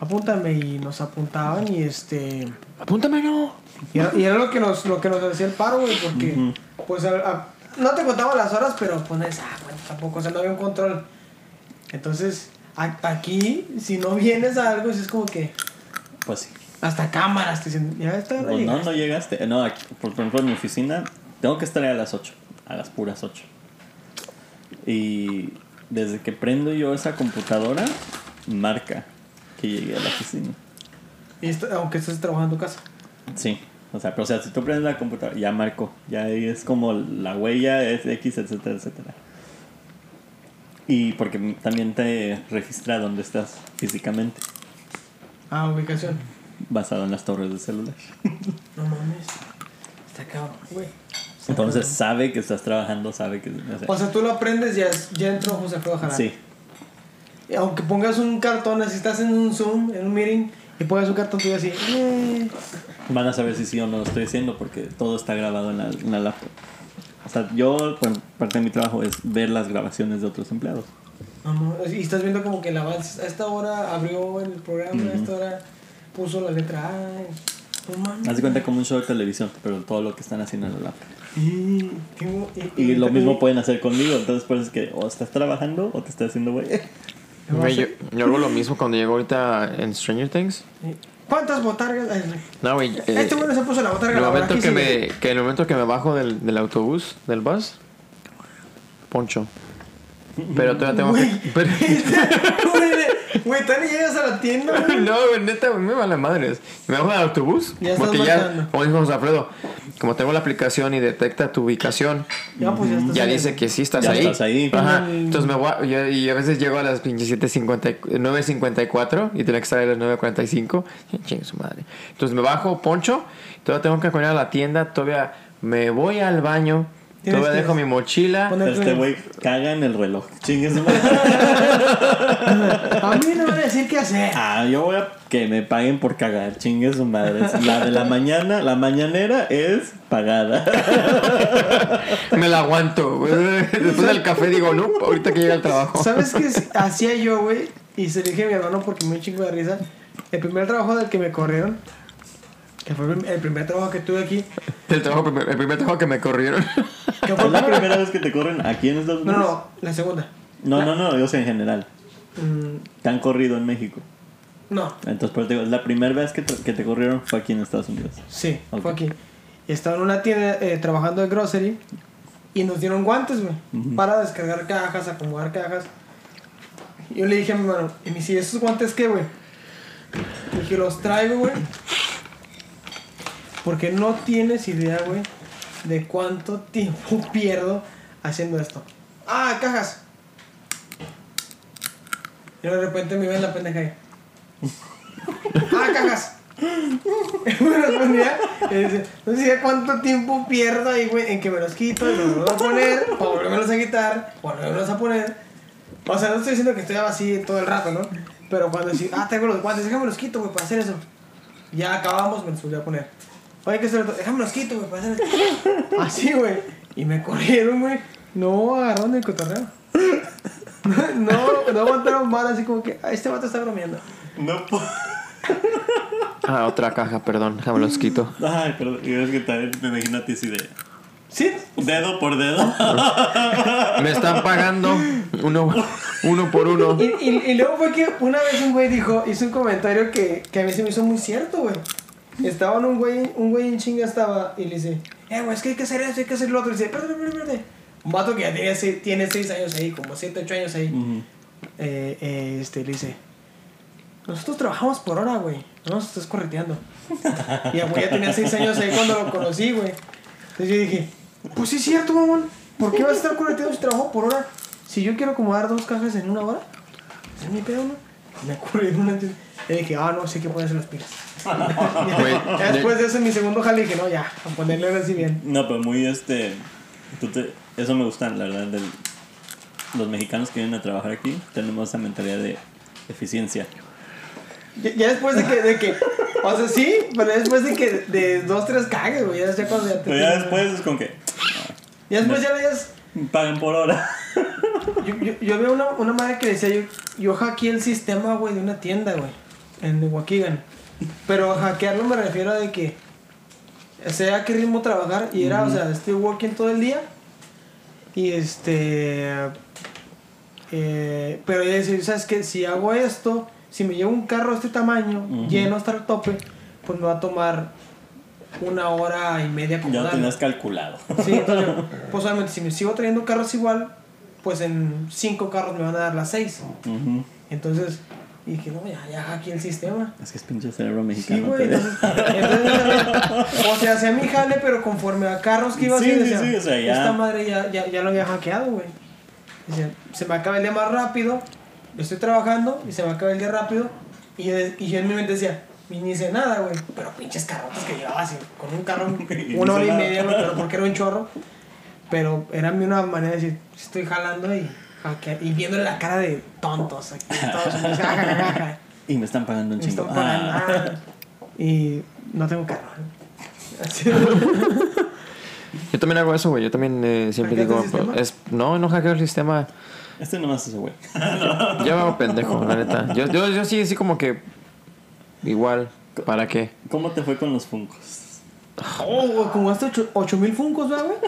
S1: Apúntame y nos apuntaban y este...
S2: Apúntame, no.
S1: Y era, y era lo que nos lo que nos hacía el paro, güey, porque pues a- a- no te contaban las horas, pero pues no es, ah, bueno, tampoco, o sea, no había un control. Entonces, a- aquí si no vienes a algo, sí es como que
S3: Pues sí.
S1: hasta cámaras te dicen, ya está,
S3: Pues no, no llegaste. No, aquí, por ejemplo, en mi oficina tengo que estar a las 8, a las puras 8. Y desde que prendo yo esa computadora, marca que llegué a la oficina.
S1: Y esto- aunque estés trabajando en tu casa.
S3: Sí. O sea, pero o sea, si tú prendes la computadora, ya marcó. Ya ahí es como la huella, es X, etcétera, etcétera. Y porque también te registra dónde estás físicamente,
S1: Ah, ubicación.
S3: basado en las torres de celular.
S1: No mames. Está cabrón, güey. Está
S3: Entonces sabe que estás trabajando, sabe que... o sea,
S1: cabrón. O sea, tú lo aprendes ya, es- ya entró José Alfredo Jara.
S3: sí,
S1: Y Aunque pongas un cartón, así estás en un Zoom, en un meeting, y pongas un cartón, tú así, "Eh".
S3: Van a saber si sí o no lo estoy diciendo porque todo está grabado en la, en la laptop. O sea, yo, pues, parte de mi trabajo es ver las grabaciones de otros empleados.
S1: Ajá, Y estás viendo como que el avance. A esta hora abrió el programa, a esta hora puso la letra A. No mames.
S3: Haz de cuenta como un show de televisión, pero todo lo que están haciendo en la laptop.
S1: Y, tengo-
S3: Y lo mismo pueden hacer conmigo, entonces por eso es que o estás trabajando o te estás haciendo güey.
S2: Güey, Yo, yo hago lo mismo cuando llego ahorita en Stranger Things.
S1: ¿Cuántas botargas? Ay,
S2: No, güey. eh,
S1: este bueno se puso la botarga.
S2: el
S1: la
S2: momento
S1: verdad
S2: que
S1: sí.
S2: me, que el momento que me bajo del, del autobús, del bus, poncho. Pero todavía tengo que. <laughs> pero-
S1: <laughs> Güey, Güey, todavía llegas a la tienda. güey.
S2: <laughs> no, güey, neta, güey, me van las madres. Me bajo del autobús.
S1: Ya estás
S2: porque ya,
S1: marcando.
S2: como dijo José Alfredo, como tengo la aplicación y detecta tu ubicación,
S1: Ya, pues ya estás.
S2: ya
S1: en el-
S2: dice que sí estás
S3: Ya
S2: ahí.
S3: estás ahí.
S2: Ajá.
S1: Mm.
S2: Entonces me voy a- yo, y yo a veces llego a las pinches 7:50 9.54 y tenía que estar ahí a las 9.45. Chingue su madre. Entonces me bajo, poncho, todavía tengo que correr a la tienda, todavía me voy al baño,
S1: Tienes
S2: todavía
S1: que
S2: dejo mi mochila.
S1: poner-
S3: Este güey caga en el reloj. Chingue su madre. <laughs>
S1: A mí no me van a decir qué hacer.
S3: Ah, yo voy a que me paguen por cagar. Chingue su madre. La de la mañana, la mañanera es pagada. <laughs>
S2: Me la
S1: <laughs>
S2: aguanto. güey. Después del café digo, no, ahorita que llega al trabajo.
S1: ¿Sabes qué es- hacía yo, güey? Y se lo dije a mi hermano porque me dio un chingo de risa. El primer trabajo del que me corrieron, que fue el prim- el primer trabajo que tuve aquí,
S2: El, trabajo, primer- el primer trabajo que me corrieron.
S1: que fue
S3: ¿Es
S1: el
S3: la
S1: primer-
S3: primera vez que te corren aquí en Estados
S1: No,
S3: Unidos?
S1: no, la segunda.
S3: No, no, no, yo sé en general.
S1: Mm,
S3: Te han corrido en México.
S1: no,
S3: Entonces, por eso te digo, la primera vez que te, que te corrieron fue aquí en Estados Unidos.
S1: sí,
S3: Ok.
S1: fue aquí. Y estaba en una tienda eh, trabajando de grocery y nos dieron guantes, güey, para descargar cajas, acomodar cajas. Yo le dije a mi hermano, y me dice, "¿Y ¿esos guantes qué, güey? Le dije, los traigo, güey. Porque no tienes idea, güey, de cuánto tiempo <laughs> pierdo haciendo esto. Ah, cajas. Y de repente me ven la pendeja ahí. ah, cajas. <laughs> me los ponía. y dice, este, No sé cuánto tiempo pierdo ahí, güey, en que me los quito, y los vuelvo a poner, o volverlos a quitar, o volverlos a poner. O sea, no estoy diciendo que estoy así todo el rato, ¿no? Pero cuando sí, ah, tengo los guantes, déjame los quito, güey, para hacer eso. Ya acabamos, me los volví a poner. Oye, que se los déjame los quito, güey, para hacer eso. Así, güey. Y me corrieron, güey. No agarraron el cotorreo. <laughs> No, no aguantaron mal, así como que, "Ah, este vato está bromeando.
S3: No puedo.
S2: Ah, otra caja, perdón, déjame los quito.
S3: Ay, perdón. Y es que también te imagino a ti así de.
S1: Sí,
S3: Dedo por <laughs> dedo.
S2: Me están pagando uno, uno por uno.
S1: Y, y- y luego fue que una vez un güey dijo, hizo un comentario que, que a mí se me hizo muy cierto, güey. Estaban un güey, un güey en chinga estaba y le dice, eh, güey, es que hay que hacer esto, hay que hacer lo otro. Y dice, espérate, espérate, espérate. Un vato que ya tiene, se- tiene seis años ahí, como siete, ocho años ahí.
S3: Ujú.
S1: Eh, eh, este, le dice, nosotros trabajamos por hora, güey. No nos estás correteando. Y el güey ya tenía seis años ahí cuando lo conocí, güey. Entonces yo dije, pues sí es cierto, mamón. ¿Por qué vas a estar correteando si trabajo por hora? Si yo quiero acomodar dos cajas en una hora, pues es mi pedo, ¿no? Me ocurrió una... Le dije, ah, no, sé que ponerse las pilas.
S2: Güey,
S1: Ya Después de eso, en mi segundo jale, dije, no, ya, a ponerle ahora sí bien.
S3: No, pero muy este. tú te- eso me gusta, la verdad. del- los mexicanos que vienen a trabajar aquí tenemos esa mentalidad de eficiencia.
S1: Ya, ya después de que, de que, o sea, sí, pero después de que de dos, tres cagues, güey, ya, ya cuando ya te-
S3: Pero ya después es con que
S1: Ya después ya veías...
S3: pagan por hora. <laughs>
S1: Yo, yo, yo veo una, una madre que decía, yo, yo hackeé el sistema, güey, de una tienda, güey, en Waukegan. Pero a hackearlo me refiero a de que, o sea, a qué ritmo trabajar, y era, o sea, estoy working todo el día, y este... eh, pero ya decir, ¿sabes qué? Si hago esto, si me llevo un carro de este tamaño, lleno hasta el tope, pues me va a tomar una hora y media
S3: Ya lo
S1: acomodar.
S3: tenías calculado.
S1: Sí, entonces, yo, pues obviamente si me sigo trayendo carros igual, pues en cinco carros me van a dar las seis.
S3: Ujú.
S1: Entonces, y dije, no, ya, ya aquí el sistema.
S3: Es que es pinche cerebro
S1: Sí,
S3: mexicano.
S1: güey.
S3: te-
S1: Entonces, <laughs> entonces, o sea, hacía mi jale, pero conforme a carros que iba
S3: Sí,
S1: haciendo,
S3: sí,
S1: decía,
S3: sí, o sea, ya.
S1: esta madre ya, ya, ya lo había hackeado, güey. Decía, se me acaba el día más rápido, yo estoy trabajando y se me acaba el día rápido. Y, yo- y yo en mi mente decía, "Ni- ni hice nada, güey. Pero pinches carrotas que llevaba así, con un
S3: <laughs>
S1: carro
S3: Y no
S1: una hora
S3: hice
S1: y
S3: nada.
S1: media, güey, pero porque era un
S3: <laughs>
S1: chorro. Pero era mi una manera de decir, estoy jalando y hackea- y viéndole la cara de tontos aquí, todos,
S3: <laughs>
S1: ja, ja, ja, ja.
S3: Y me están pagando un
S1: Me
S3: chingo.
S1: están pagando,
S3: Ah.
S1: ah. Y no tengo carro. Así,
S2: Yo también hago eso, güey. Yo también eh, siempre
S1: ¿Hackeas
S2: digo,
S1: el sistema?
S2: es, no, no hackeo el sistema.
S3: Este nomás es
S1: <laughs>
S3: ese güey.
S2: Ya me hago pendejo, la neta. Yo, yo, yo sí, sí como que igual, ¿para qué?
S3: ¿Cómo te fue con los funcos?
S1: <laughs> oh, güey, como hasta 8000 funcos, ¿verdad, güey?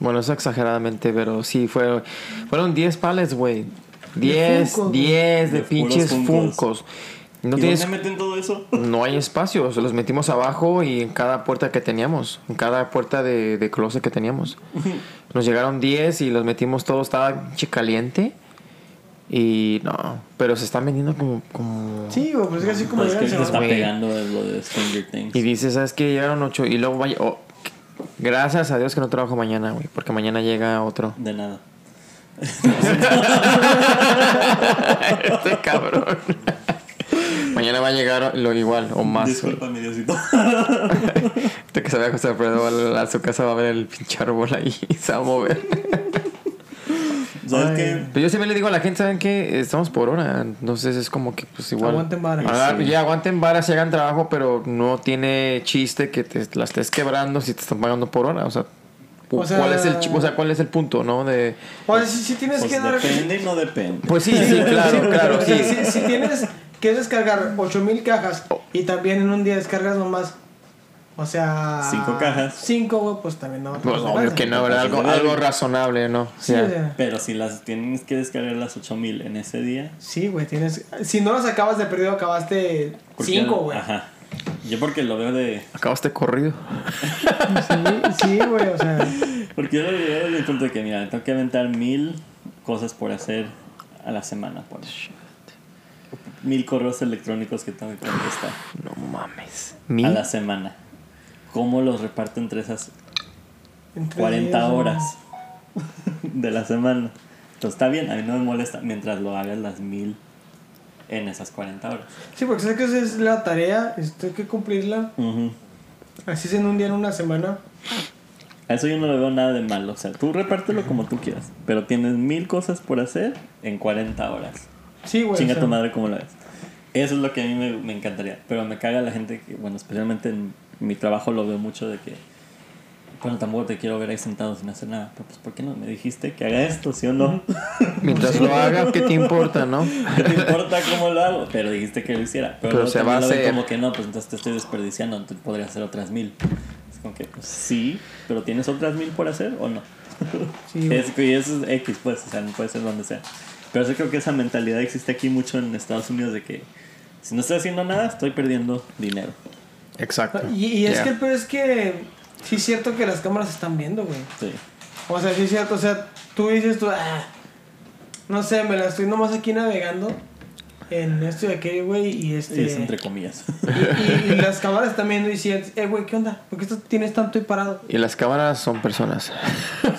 S2: Bueno, eso exageradamente, pero sí, fue, fueron 10 pales, güey. 10,
S1: Funko, güey.
S2: 10 de,
S3: De puros
S2: pinches
S3: Funkos.
S2: funcos. No
S3: ¿Y
S2: tienes,
S3: dónde meten todo eso?
S2: no hay espacio. Se los metimos abajo y en cada puerta que teníamos, en cada puerta de, de closet que teníamos. Nos llegaron 10 y los metimos todos, estaba pinche caliente. Y no, pero se están vendiendo como. como
S1: Sí, güey, pues es que así como
S3: Pues
S1: llegan, se
S3: que te
S1: van.
S3: está
S2: güey.
S3: pegando lo de Stranger Things.
S2: Y dice, ¿sabes qué? Llegaron ocho y luego vaya... oh, gracias a Dios que no trabajo mañana, güey, porque mañana llega
S3: <laughs>
S2: otro. <laughs>
S3: De nada.
S2: este cabrón. <laughs> mañana va a llegar lo igual o más. güey.
S3: Disculpa, mi Diosito. <laughs>
S2: Ahorita que se vea José Alfredo a, a su casa va a ver el pinche árbol ahí y se va a mover.
S3: ¿Sabes qué?
S2: Pero yo siempre le digo a la gente, ¿saben qué? Estamos por hora, entonces es como que pues igual...
S1: Aguanten vara.
S2: Agar-
S3: Sí.
S2: Ya aguanten varas y hagan trabajo, pero no tiene chiste que te la estés quebrando si te están pagando por hora, o sea...
S1: O
S2: ¿Cuál
S1: sea-
S2: es el chi- o sea, cuál es el punto, no? De
S1: O sea, si, si tienes
S3: Pues
S1: que dar. <laughs>
S3: depende y no depende.
S2: Pues sí, sí, claro, claro,
S1: o sea,
S2: sí.
S1: si, si tienes que descargar 8000 cajas y también en un día descargas nomás. O sea.
S3: Cinco cajas.
S1: 5, güey, pues también no.
S2: Pues obvio que no, ¿verdad? Algo, algo razonable, ¿no? O
S1: Sí, o
S2: sea,
S1: sea,
S3: Pero si las tienes que descargar las 8000 en ese día.
S1: sí, güey, tienes. Si no las acabas de perdido, acabaste
S3: porque-
S1: 5, güey.
S3: Ajá. Yo porque lo veo de.
S2: acabaste corrido.
S1: Sí, sí, güey, o sea.
S3: Porque yo lo veo desde el punto de que, mira, tengo que aventar mil cosas por hacer a la semana. Por mil correos electrónicos que tengo que contestar
S2: No mames.
S3: a
S2: ¿Mil?
S3: la semana. ¿Cómo los reparto entre esas
S1: entre
S3: 40
S1: ellos, ¿no?
S3: horas de la semana? Entonces está bien, a mí no me molesta mientras lo hagas las mil en esas 40 horas.
S1: Sí, porque sé que esa es la tarea, esto hay que cumplirla.
S3: Ujú.
S1: Así es en un día, en una semana.
S3: A eso yo no le veo nada de malo. O sea, tú repártelo como tú quieras. Pero tienes mil cosas por hacer en 40 horas.
S1: Sí, güey.
S3: Chinga
S1: o sea,
S3: tu madre como la ves. Eso es lo que a mí me, me encantaría. Pero me caga la gente que, bueno, especialmente en mi trabajo lo veo mucho de que Bueno, tampoco te quiero ver ahí sentado sin hacer nada. Pero pues, ¿por qué no me dijiste que haga esto, sí o no?
S2: Mientras lo haga, ¿qué te importa, <laughs> no?
S3: <laughs> ¿Qué te importa cómo lo hago? Pero dijiste que lo hiciera. Pero,
S2: Pero
S3: luego
S2: se
S3: también
S2: va a
S3: lo ven
S2: hacer.
S3: Como que no, pues entonces te estoy desperdiciando, entonces podría hacer otras mil. Es como que, pues sí, pero ¿tienes otras mil por hacer o no?
S1: Sí, güey.
S3: <laughs> Es que eso es X, pues, o sea, no puede ser donde sea. Pero yo creo que esa mentalidad existe aquí mucho en Estados Unidos de que si no estoy haciendo nada, estoy perdiendo dinero.
S2: Exacto.
S1: Y, y es
S2: Yeah.
S1: que el peor es que sí es cierto que las cámaras están viendo, güey.
S3: Sí.
S1: O sea, sí es cierto, o sea, tú dices tú, "Ah, no sé, me la estoy nomás aquí navegando en esto y aquello, güey, y este...
S3: Y es entre comillas.
S1: y, y- y las cámaras están viendo y dicen, eh, güey, ¿qué onda? ¿Por qué tú tienes tanto y parado?
S2: Y las cámaras son personas.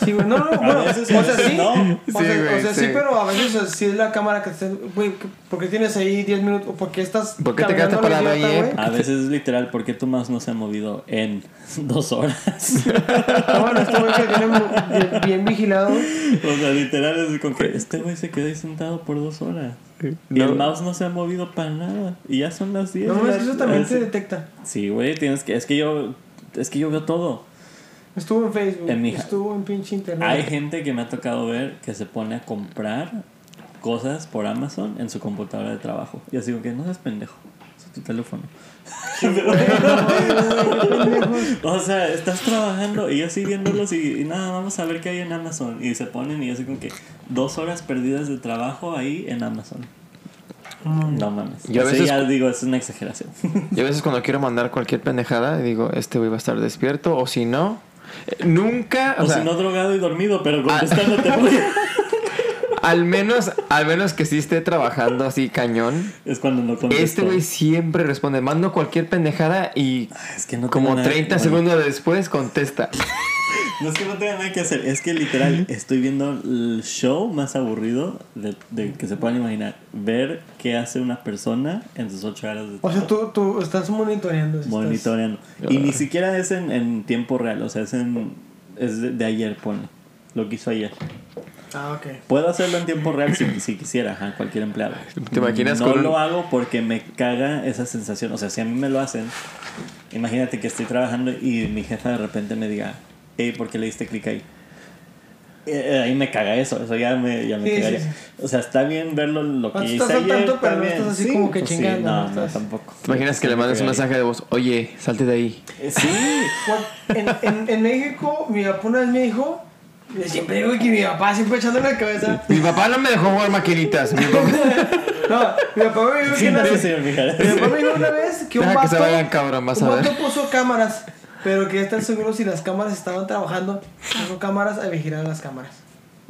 S1: Sí, güey, no, no, bueno,
S3: veces
S1: o
S3: sí,
S1: sea,
S3: a veces
S1: sí,
S3: no.
S1: o sea,
S2: Sí, güey,
S1: o sea, sí,
S2: sí.
S1: pero a veces o sea, sí es la cámara que te... Güey, ¿por qué tienes ahí 10 minutos? ¿O por qué estás
S2: ¿Por qué te
S1: caminando
S2: quedaste
S1: a la
S2: parado
S1: idiota,
S2: ahí, eh?
S1: güey?
S3: A veces es literal, ¿por qué tu mouse no se ha movido en <laughs> dos horas?
S2: eh?
S1: Ah, bueno, este güey que tiene mu- bien, bien vigilado.
S3: <laughs> o sea, literal es con que este güey se quedó ahí sentado por dos horas. Y
S2: No.
S3: el mouse no se ha movido para nada. Y ya son las 10.
S1: No, mames,
S3: las-
S1: que eso también
S3: las-
S1: se detecta.
S3: Sí, güey, tienes que. Es que yo. Es que yo veo todo.
S1: Estuvo en Facebook,
S3: En mi-
S1: estuvo en pinche internet.
S3: Hay gente que me ha tocado ver que se pone a comprar cosas por Amazon en su computadora de trabajo. Y así como que no seas pendejo. Es tu teléfono. o sea, estás trabajando y yo así viéndolos y, y nada, vamos a ver qué hay en Amazon. Y se ponen y yo así como que dos horas perdidas de trabajo ahí en Amazon.
S1: Mm.
S3: No mames.
S2: Yo a
S3: Así
S2: veces-
S3: ya digo, es una exageración.
S2: Yo a veces cuando quiero mandar cualquier pendejada, digo, este güey va a estar despierto, o si no, eh, nunca, <laughs> o,
S3: o
S2: sea,
S3: si no drogado y dormido, pero contestándote.
S2: <laughs>
S3: porque-
S2: al menos, al menos que sí esté trabajando así cañón,
S3: es cuando no contesto.
S2: este güey siempre responde, mando cualquier pendejada y
S3: Es que no tengo
S2: como
S3: nada-
S2: 30
S3: bueno.
S2: segundos después contesta.
S3: No es que no tenga nada que hacer, es que literal estoy viendo el show más aburrido de, de que se puedan imaginar. Ver qué hace una persona en sus ocho horas de
S1: <laughs> O sea, tú, tú estás monitoreando. estás-
S3: monitoreando. Y ni siquiera es en, en tiempo real, o sea, es, en, es de, de ayer, pone. Lo que hizo ayer.
S1: Ah, ok.
S3: Puedo hacerlo en tiempo real si, si quisiera, ajá, cualquier empleado.
S2: ¿Te imaginas
S3: No
S2: con un-
S3: lo hago porque me caga esa sensación. O sea, si a mí me lo hacen, imagínate que estoy trabajando y mi jefa de repente me diga, hey, ¿por qué le diste clic ahí? Eh, eh, ahí me caga eso, eso ya me, ya me
S1: Sí,
S3: cagaría.
S1: sí,
S3: O sea, está bien verlo lo que
S1: Ah,
S3: hice
S1: estás al
S3: ayer.
S1: tanto, pero
S3: está
S1: no
S3: bien.
S1: estás así como que
S3: pues sí,
S1: chingando,
S3: no,
S1: no
S3: no,
S1: estás-
S3: tampoco.
S2: ¿Te imaginas que le mandes un mensaje de voz, oye, salte de
S3: <laughs>
S2: ahí?
S3: Eh, Sí,
S1: Bueno, en, en, en México, mi papá una vez me dijo, yo siempre digo que mi papá siempre echando en la cabeza.
S2: Mi papá no me dejó jugar maquinitas,
S1: <laughs>
S2: mi papá
S1: No, mi papá me dijo que
S3: sí,
S1: una
S3: no,
S1: vez,
S3: señor Mijares.
S1: mi papá me dijo una vez que un
S2: Deja
S1: vato,
S2: que se vayan, cabrón, vas
S1: un
S2: a ver.
S1: vato puso cámaras, pero que estar seguro si las cámaras estaban trabajando, puso cámaras a vigilar las cámaras.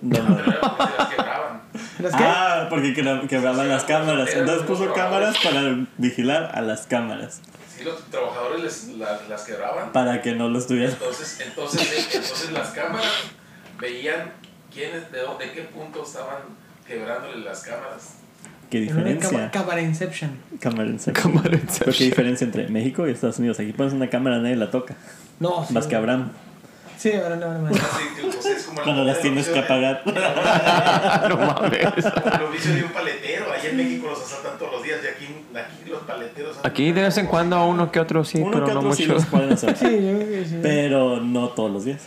S3: No, no, no.
S4: Porque las quebraban.
S1: ¿Las qué?
S3: Ah, porque quebra- quebraban las cámaras.
S4: Era
S3: Entonces
S4: como
S3: puso
S4: trabajadores.
S3: cámaras para vigilar a las cámaras.
S4: Sí, los trabajadores les, las, las quebraban.
S3: Para que no lo estuvieran.
S4: Entonces, entonces, entonces las cámaras veían quiénes, de, dónde, de qué punto estaban quebrándole las cámaras.
S3: ¿Qué
S1: Era una
S3: diferencia?
S1: cámara- Cámara Inception.
S3: Cámara en serio.
S2: Cámara en
S3: Pero qué
S2: serio.
S3: diferencia entre México y Estados Unidos. Aquí pones una cámara, nadie la toca.
S1: No, sí.
S3: Más que Abraham.
S1: Sí, ahora no,
S3: <laughs>
S1: no, no.
S4: Así que, pues, es como el
S3: Cuando las tienes que apagar.
S2: <laughs> No mames.
S4: Lo vicio de un paletero. Allá en México los asaltan todos los días y aquí, aquí los paleteros.
S2: Aquí de vez en cuando a uno que otro sí,
S3: Uno
S2: pero
S3: que
S2: no
S3: otro sí
S2: mucho.
S3: los pueden
S1: <laughs>
S3: hacer.
S1: Sí, yo creo que sí.
S3: Pero no todos
S1: <laughs>
S3: los días.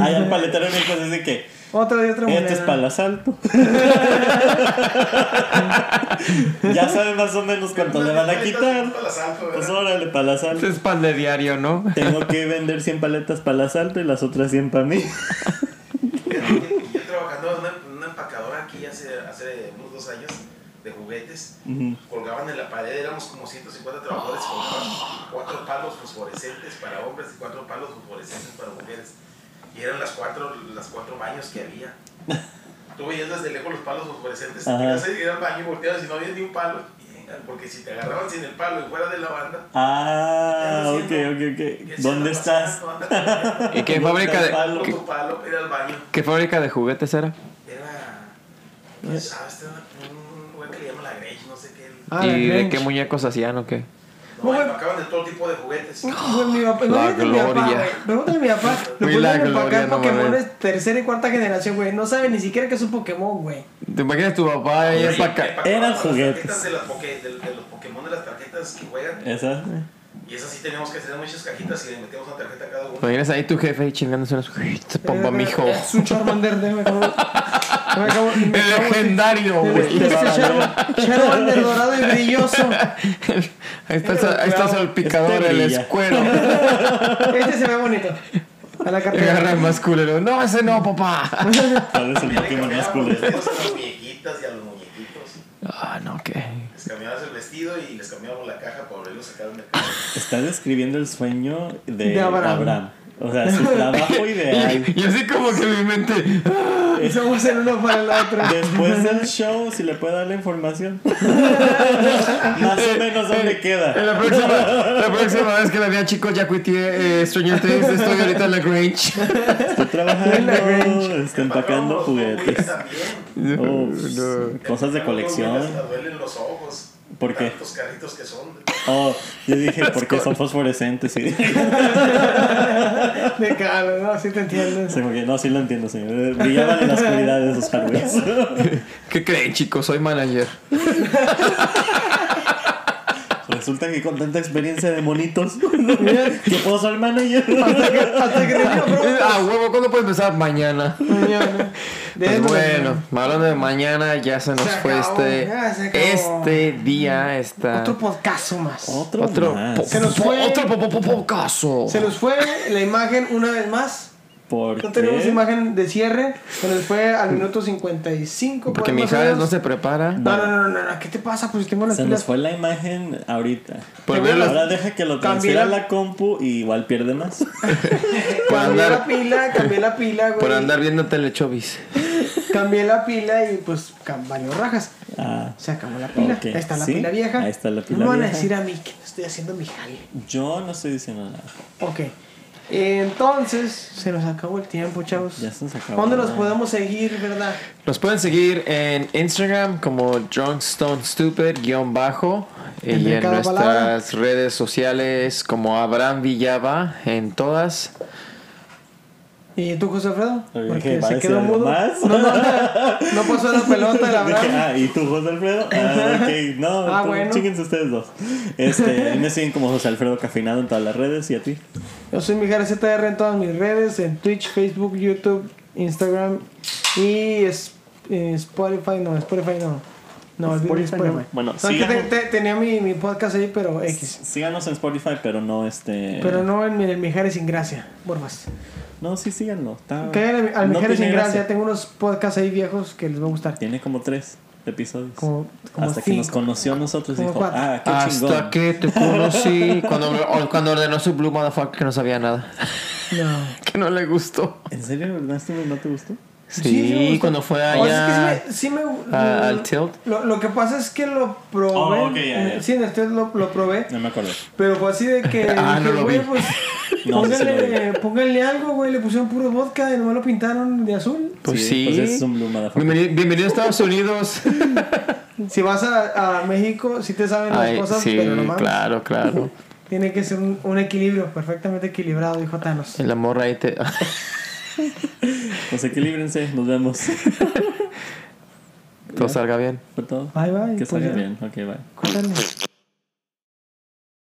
S3: Hay un paletero en México dice que
S1: Otro día, otra
S3: este
S1: moneda.
S3: es para el
S1: <laughs>
S3: asalto. <laughs> ya saben más o menos cuánto le van a quitar. Pues órale, para el asalto.
S2: Este es pan de diario,
S3: <laughs>
S2: ¿no?
S3: Tengo que vender 100 paletas para el asalto y las otras 100 para mí.
S4: Yo trabajando en una, en una empacadora aquí hace, hace unos dos años de juguetes. Colgaban en la pared, éramos como 150 trabajadores. Colgaban cuatro palos fosforescentes para hombres y cuatro palos fosforescentes para mujeres. Y eran las cuatro, las cuatro baños que había. Tú veías desde lejos los palos fosforescentes. Te
S3: Ajá.
S4: ibas a ir al baño y volteabas y no había ni un palo. Porque si te agarraban sin el palo y fuera de la banda.
S3: Ah, ok,
S4: Ya lo
S3: ok,
S4: ¿qué
S3: ok.
S4: se
S3: ¿Dónde
S4: anda pasando?
S3: estás?
S4: <laughs>
S2: ¿Y qué
S3: No,
S2: fábrica de,
S3: palo.
S2: qué,
S4: Tu palo era el baño.
S2: qué fábrica de juguetes era?
S4: Era. ¿Quién sabe? Este era un güey que le llama la Grange, no sé qué.
S1: Ah, la
S2: ¿Y de
S1: Grange.
S2: qué muñecos hacían o qué?
S4: No,
S1: Güey.
S4: acaban de todo tipo de juguetes.
S1: Güey, Pues mi papá,
S2: La
S1: imagínate mi papá,
S2: gloria.
S1: güey. Pregúntale a mi
S2: <laughs>
S1: papá. Lo
S2: Güey, la
S1: pusieron a
S2: gloria,
S1: empacar
S2: no
S1: Pokémon de
S2: mames.
S1: tercera y cuarta generación, güey. No sabe ni siquiera que es un Pokémon, güey.
S2: ¿Te imaginas tu papá ahí
S4: Oye,
S2: en paca-
S4: empacaban
S3: Eran
S4: las
S3: juguetes.
S4: tarjetas De, las poke- de- de los Pokémon de las tarjetas que juegan.
S3: Esa.
S4: Y esas sí teníamos que hacer muchas cajitas y le metíamos una tarjeta a cada
S3: Pues,
S4: uno.
S2: Imaginas ahí tu jefe ahí chingándose unas Te pompa, mijo.
S1: <laughs> Es un Charmander, déjame
S2: <laughs>
S1: acabo. déjame acabo- me
S2: El
S1: acabo de-
S2: legendario,
S1: de
S2: güey.
S1: vestir este Char- Charmander dorado y brilloso.
S2: <laughs> Ahí está, el- ahí está el picador,
S3: Este
S2: el
S3: brilla.
S2: escuero.
S1: Este se ve bonito. A la
S2: Y
S1: cartera.
S2: <laughs> agarra el más culero. No, ese no,
S3: <laughs>
S2: papá.
S3: Tal vez el
S4: Ya le
S3: último más
S4: cambiábamos
S3: culero.
S4: vestidos a las muñequitas y a los muñequitos.
S2: Ah, no, qué.
S4: Les cambiabas el vestido y les cambiábamos la caja para volverlos a sacar del mercado.
S3: Está describiendo el sueño de,
S1: De Abraham.
S3: Abraham. O sea, su trabajo ideal.
S2: Y, y así como que mi mente.
S1: Y somos el uno para el otro.
S3: Después del show, si le puede dar la información. Más o menos dónde
S2: En
S3: queda.
S2: la próxima, la próxima vez que la vea, chicos, ya cuité eh, Stranger Things. Estoy ahorita en la Grange.
S3: <laughs> Estoy
S1: En la
S3: trabajando,
S1: Grange.
S3: está empacando
S4: Empacábamos los
S3: juguetes.
S4: también.
S3: Oh,
S2: <laughs> No.
S3: Cosas de
S4: Hasta
S3: colección.
S4: duelen los ojos.
S3: ¿Por qué?
S4: Tantos carritos que son.
S3: Oh, yo <laughs> dije, ¿por qué son fosforescentes? Y <laughs>
S1: De calor, no, sí te entiendo.
S3: se me quedó, no, sí lo entiendo, señor. Brillaban en la oscuridad de esos <laughs> árboles.
S2: ¿Qué creen, chicos? Soy manager.
S3: Resulta que con tanta experiencia de monitos, <laughs> que puedo ser manager.
S1: Hasta que te digo, bro.
S2: Ah, huevo, ¿cuándo puede empezar? Mañana.
S1: Mañana. De
S2: Pues
S1: eso,
S2: bueno, hablando de mañana, ya se nos
S1: Se
S2: fue
S1: acabó,
S2: este,
S1: ya se acabó. Mm.
S2: este día, esta,
S1: Otro podcast más.
S3: Otro,
S2: otro,
S3: más.
S2: po-
S1: Se nos
S2: po-
S1: fue.
S2: otro po- po- po- po- caso.
S1: Se nos fue la imagen una vez más.
S3: ¿Por
S1: No tenemos
S3: qué?
S1: imagen de cierre. Se nos fue al minuto 55.
S2: Porque
S1: por
S2: mi
S1: más o
S2: hija
S1: menos.
S2: no se prepara.
S1: No, no, no, no, no, ¿Qué te pasa? Pues tengo las
S3: Se nos
S1: pilas.
S3: fue la imagen ahorita.
S2: Pues
S1: Te veo
S2: vela.
S1: las-
S3: Ahora deja que lo
S1: Cambié
S3: transfiera a
S1: la-
S3: la compu y igual pierde <laughs>
S1: <laughs>
S3: más.
S2: Por
S1: Cambié
S2: andar-
S1: la pila, cambié la pila, güey.
S2: Por andar viendo Telechovis.
S1: Cambié la pila y pues cam- valió rajas.
S3: Ah,
S1: Se acabó la pila.
S3: Ok,
S1: Ahí está la
S3: ¿sí?
S1: pila vieja.
S3: Ahí está la pila
S1: no me van a
S3: vieja.
S1: decir a mí que no estoy haciendo mi jale.
S3: yo no estoy diciendo nada.
S1: Ok. Entonces, se nos acabó el tiempo, chavos.
S3: Ya se nos acabó.
S1: ¿Dónde los podemos seguir, verdad?
S2: Nos pueden seguir en Instagram como drunkstone_stupid guión bajo y
S1: Entre
S2: en
S1: cada
S2: nuestras
S1: palabra.
S2: redes sociales como Abraham Villava en todas.
S1: ¿Y tú, José Alfredo?
S3: Oye,
S1: Porque
S3: ¿va a
S1: se
S3: decir
S1: quedó
S3: algo
S1: mudo.
S3: más?
S1: No, no,
S3: <laughs>
S1: no pasó la pelota, la
S3: Dije,
S1: verdad.
S3: ah, ¿y tú, José Alfredo? <laughs> Ah, ok, no,
S1: Ah,
S3: tú-
S1: bueno.
S3: chíguense ustedes dos. Este, a mí me siguen como José Alfredo Cafinado en todas las redes y a ti.
S1: Yo soy Mijares ZR en todas mis redes, en Twitch, Facebook, YouTube, Instagram y es- eh, Spotify, no, Spotify no. No, olvidé
S3: Spotify no.
S1: Spotify.
S3: Bueno,
S1: No, es que te-
S3: sigamos.
S1: te- tenía mi, mi podcast ahí, pero X.
S3: Síganos en Spotify, pero no este.
S2: Eh.
S1: Pero no en, mi- en Mijares sin gracia, Borbas.
S3: No, sí, síganlo.
S2: Ah.
S3: Está...
S1: Que al, al
S3: no
S1: Mujeres
S3: tiene
S1: sin
S3: gracia.
S1: Gracia tengo unos podcasts ahí viejos que les va a gustar.
S3: Tiene como tres episodios.
S1: Como, como
S3: Hasta que
S1: cinco.
S3: nos conoció a nosotros y
S1: Como
S3: dijo,
S1: cuatro.
S3: ah, qué
S2: Hasta
S3: chingón.
S2: que te conocí. Cuando, o- cuando ordenó su Blue Motherfucker que no sabía nada. <laughs>
S1: No.
S2: Que no le gustó.
S3: ¿En serio, Ernesto, no te gustó?
S2: Sí,
S1: sí me gustó.
S2: cuando fue
S1: O sea,
S2: allá.
S1: es que sí me, sí me-
S2: a- al Tilt.
S1: Lo, lo que pasa es que lo probé.
S3: Oh, ok, ya, ya.
S1: Sí, en el Tilt lo, lo probé.
S3: No me acuerdo.
S1: Pero fue así de
S2: <laughs>
S1: que.
S2: Ah, no lo
S1: "Güey,
S2: vi". <laughs>
S1: pues,
S3: No, sí se lo
S1: pónganle, pónganle algo, güey. Le pusieron puro vodka y nomás lo pintaron de azul.
S2: Pues sí.
S3: Pues es un Blue Motherfucker.
S2: Bienveni- bienvenido a Estados
S1: <laughs>
S2: Unidos.
S1: Si vas a, a México, sí te saben las
S2: Ay,
S1: cosas,
S2: sí,
S1: pero no mames.
S2: claro, claro.
S1: Tiene que ser un, un equilibrio, perfectamente equilibrado, dijo Thanos.
S2: El amor ahí te. <laughs>
S3: Pues equilíbrense,
S1: <laughs>
S3: nos vemos.
S2: Todo salga bien.
S3: Fue todo.
S1: Bye, bye.
S3: Que
S1: pues
S3: salga
S1: ya.
S3: bien. Ok, bye.
S1: Córtale.